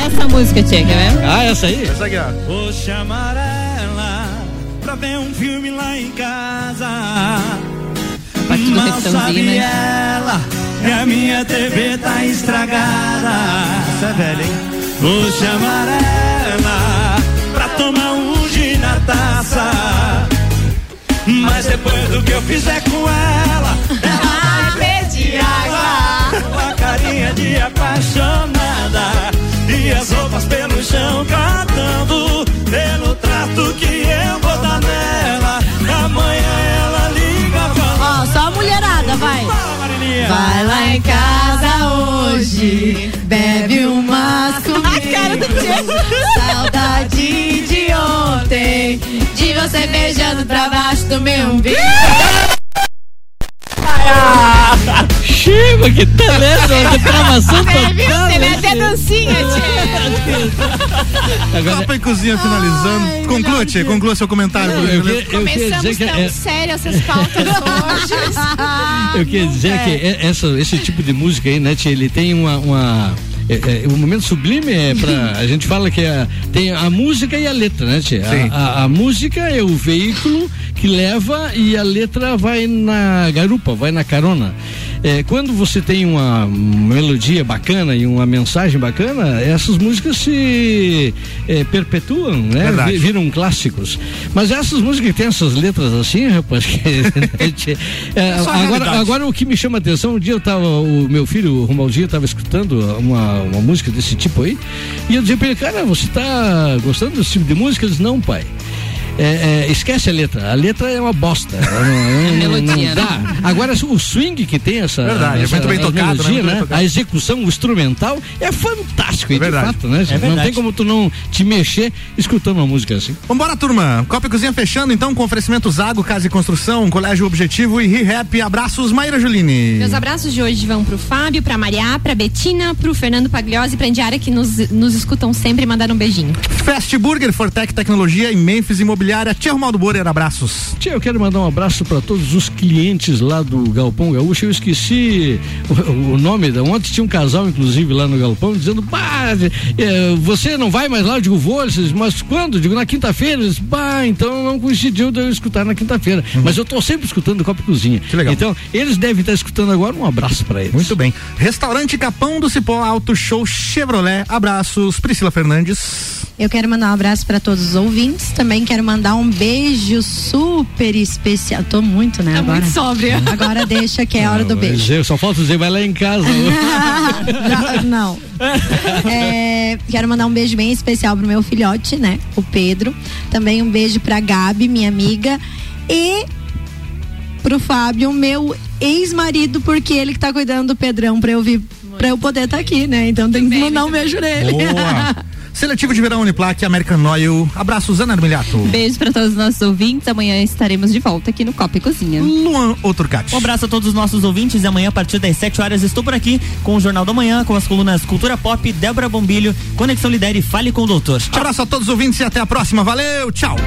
S6: Essa música, Tchê, quer ver?
S7: Ah, essa aí? Essa
S2: aqui, ó.
S17: Vou chamar ela pra ver um filme lá em casa.
S6: Parte do
S17: Mas sabe
S6: refrãozinho, né?
S17: ela que a minha TV tá estragada. Essa é velha, hein? Vou chamar ela pra tomar um gin na taça. Mas depois do que eu fizer com ela, ela vai de água. Com a carinha de apaixonada e as roupas pelo chão catando. Pelo trato que eu vou dar nela, amanhã ela liga
S1: Ó, só a mulherada, vai. Vai lá em casa hoje, bebe umas comigo. Saudade de ontem, de você beijando pra baixo do meu umbigo.
S7: Chega, que beleza, que travação
S6: É,
S8: Você É, viu?
S7: total.
S8: Teve até dancinha,
S2: Copa e cozinha finalizando. conclua, Tchê, conclua seu comentário. por
S7: eu
S2: gentileza.
S7: que- eu queria dizer
S8: Começamos
S7: que
S8: tão
S7: é-
S8: sério essas pautas hoje.
S7: Eu
S6: Ah,
S7: queria dizer que é- essa, esse tipo de música aí, né, tia, ele tem uma. uma é, é, um momento sublime é pra. A gente fala que é, tem a música e a letra, né, tia? A-
S2: Sim.
S7: A, a música é o veículo que leva e a letra vai na garupa, vai na carona. É, quando você tem uma melodia bacana e uma mensagem bacana, essas músicas se é, perpetuam, né?
S2: Verdade.
S7: Vi- Viram clássicos. Mas essas músicas que tem essas letras assim, rapaz, que é,
S2: Só a
S7: agora,
S2: realidade.
S7: agora o que me chama a atenção, um dia eu tava, o meu filho, o Romaldinho, tava escutando uma, uma música desse tipo aí, e eu dizia pra ele, cara, você tá gostando desse tipo de música? Ele disse, não, pai. É, é, esquece a letra. A letra é uma bosta. Ela não- não-
S6: melodia,
S7: não dá. Agora, o swing que tem essa.
S2: né? Verdade, é
S7: essa-
S2: muito bem
S7: a
S2: tocado, né?
S7: melodia,
S2: Muito bem
S7: né?
S2: tocado.
S7: A execução, o instrumental é fantástico.
S2: É
S7: e de
S2: verdade.
S7: fato, né? gente? não
S2: verdade.
S7: tem como tu não te mexer escutando uma música assim.
S2: Vambora, turma. Copa e Cozinha fechando, então, com oferecimento Zago, Casa e Construção, Colégio Objetivo e ReHap. Abraços, Maíra Juline.
S8: Meus abraços de hoje vão pro Fábio, pra Mariá, pra Betina, pro Fernando Pagliosi e pra Indiara que nos, nos escutam sempre e mandaram um beijinho.
S2: Fast Burger, Fortec Tecnologia e Memphis Imobiliária. Tia Romaldo Borer, abraços.
S7: Tia, eu quero mandar um abraço para todos os clientes lá do Galpão Gaúcho. Eu esqueci o, o nome da. Ontem tinha um casal, inclusive, lá no Galpão, dizendo: Bah, eh, você não vai mais lá? Eu digo, vou. Eles dizem, mas quando? Eu digo, na quinta-feira. Eles Bah, então não coincidiu de eu escutar na quinta-feira. Mas eu tô sempre escutando Copa e Cozinha. Que legal. Então, eles devem estar escutando agora. Um abraço para eles.
S2: Muito bem. Restaurante Capão do Cipó, Auto Show Chevrolet. Abraços, Priscila Fernandes.
S1: Eu quero mandar um abraço para todos os ouvintes. Também quero mandar um beijo super especial. Tô muito, né?
S8: Tá
S1: agora.
S8: muito sóbria.
S1: Agora deixa que é a hora do beijo.
S7: Eu só falta dizer, vai lá em casa.
S1: não. É, quero mandar um beijo bem especial pro meu filhote, né? O Pedro. Também um beijo pra Gabi, minha amiga. E pro Fábio, meu ex-marido, porque ele que tá cuidando do Pedrão pra eu vir. Pra eu poder estar aqui, né? Então tem que mandar um beijo nele.
S2: Boa. Seletivo de Verão Uniplac, American Oil. Abraços, Ana Armiliato.
S6: Beijo pra todos os nossos ouvintes. Amanhã estaremos de volta aqui no Copa e Cozinha.
S2: Luan Oturcati.
S5: Um abraço a todos os nossos ouvintes e amanhã a partir das 7 horas estou por aqui com o Jornal da Manhã, com as colunas Cultura Pop, Débora Bombilho, Conexão Lidere e Fale com o Doutor.
S2: Abraço a todos os ouvintes e até a próxima. Valeu, tchau.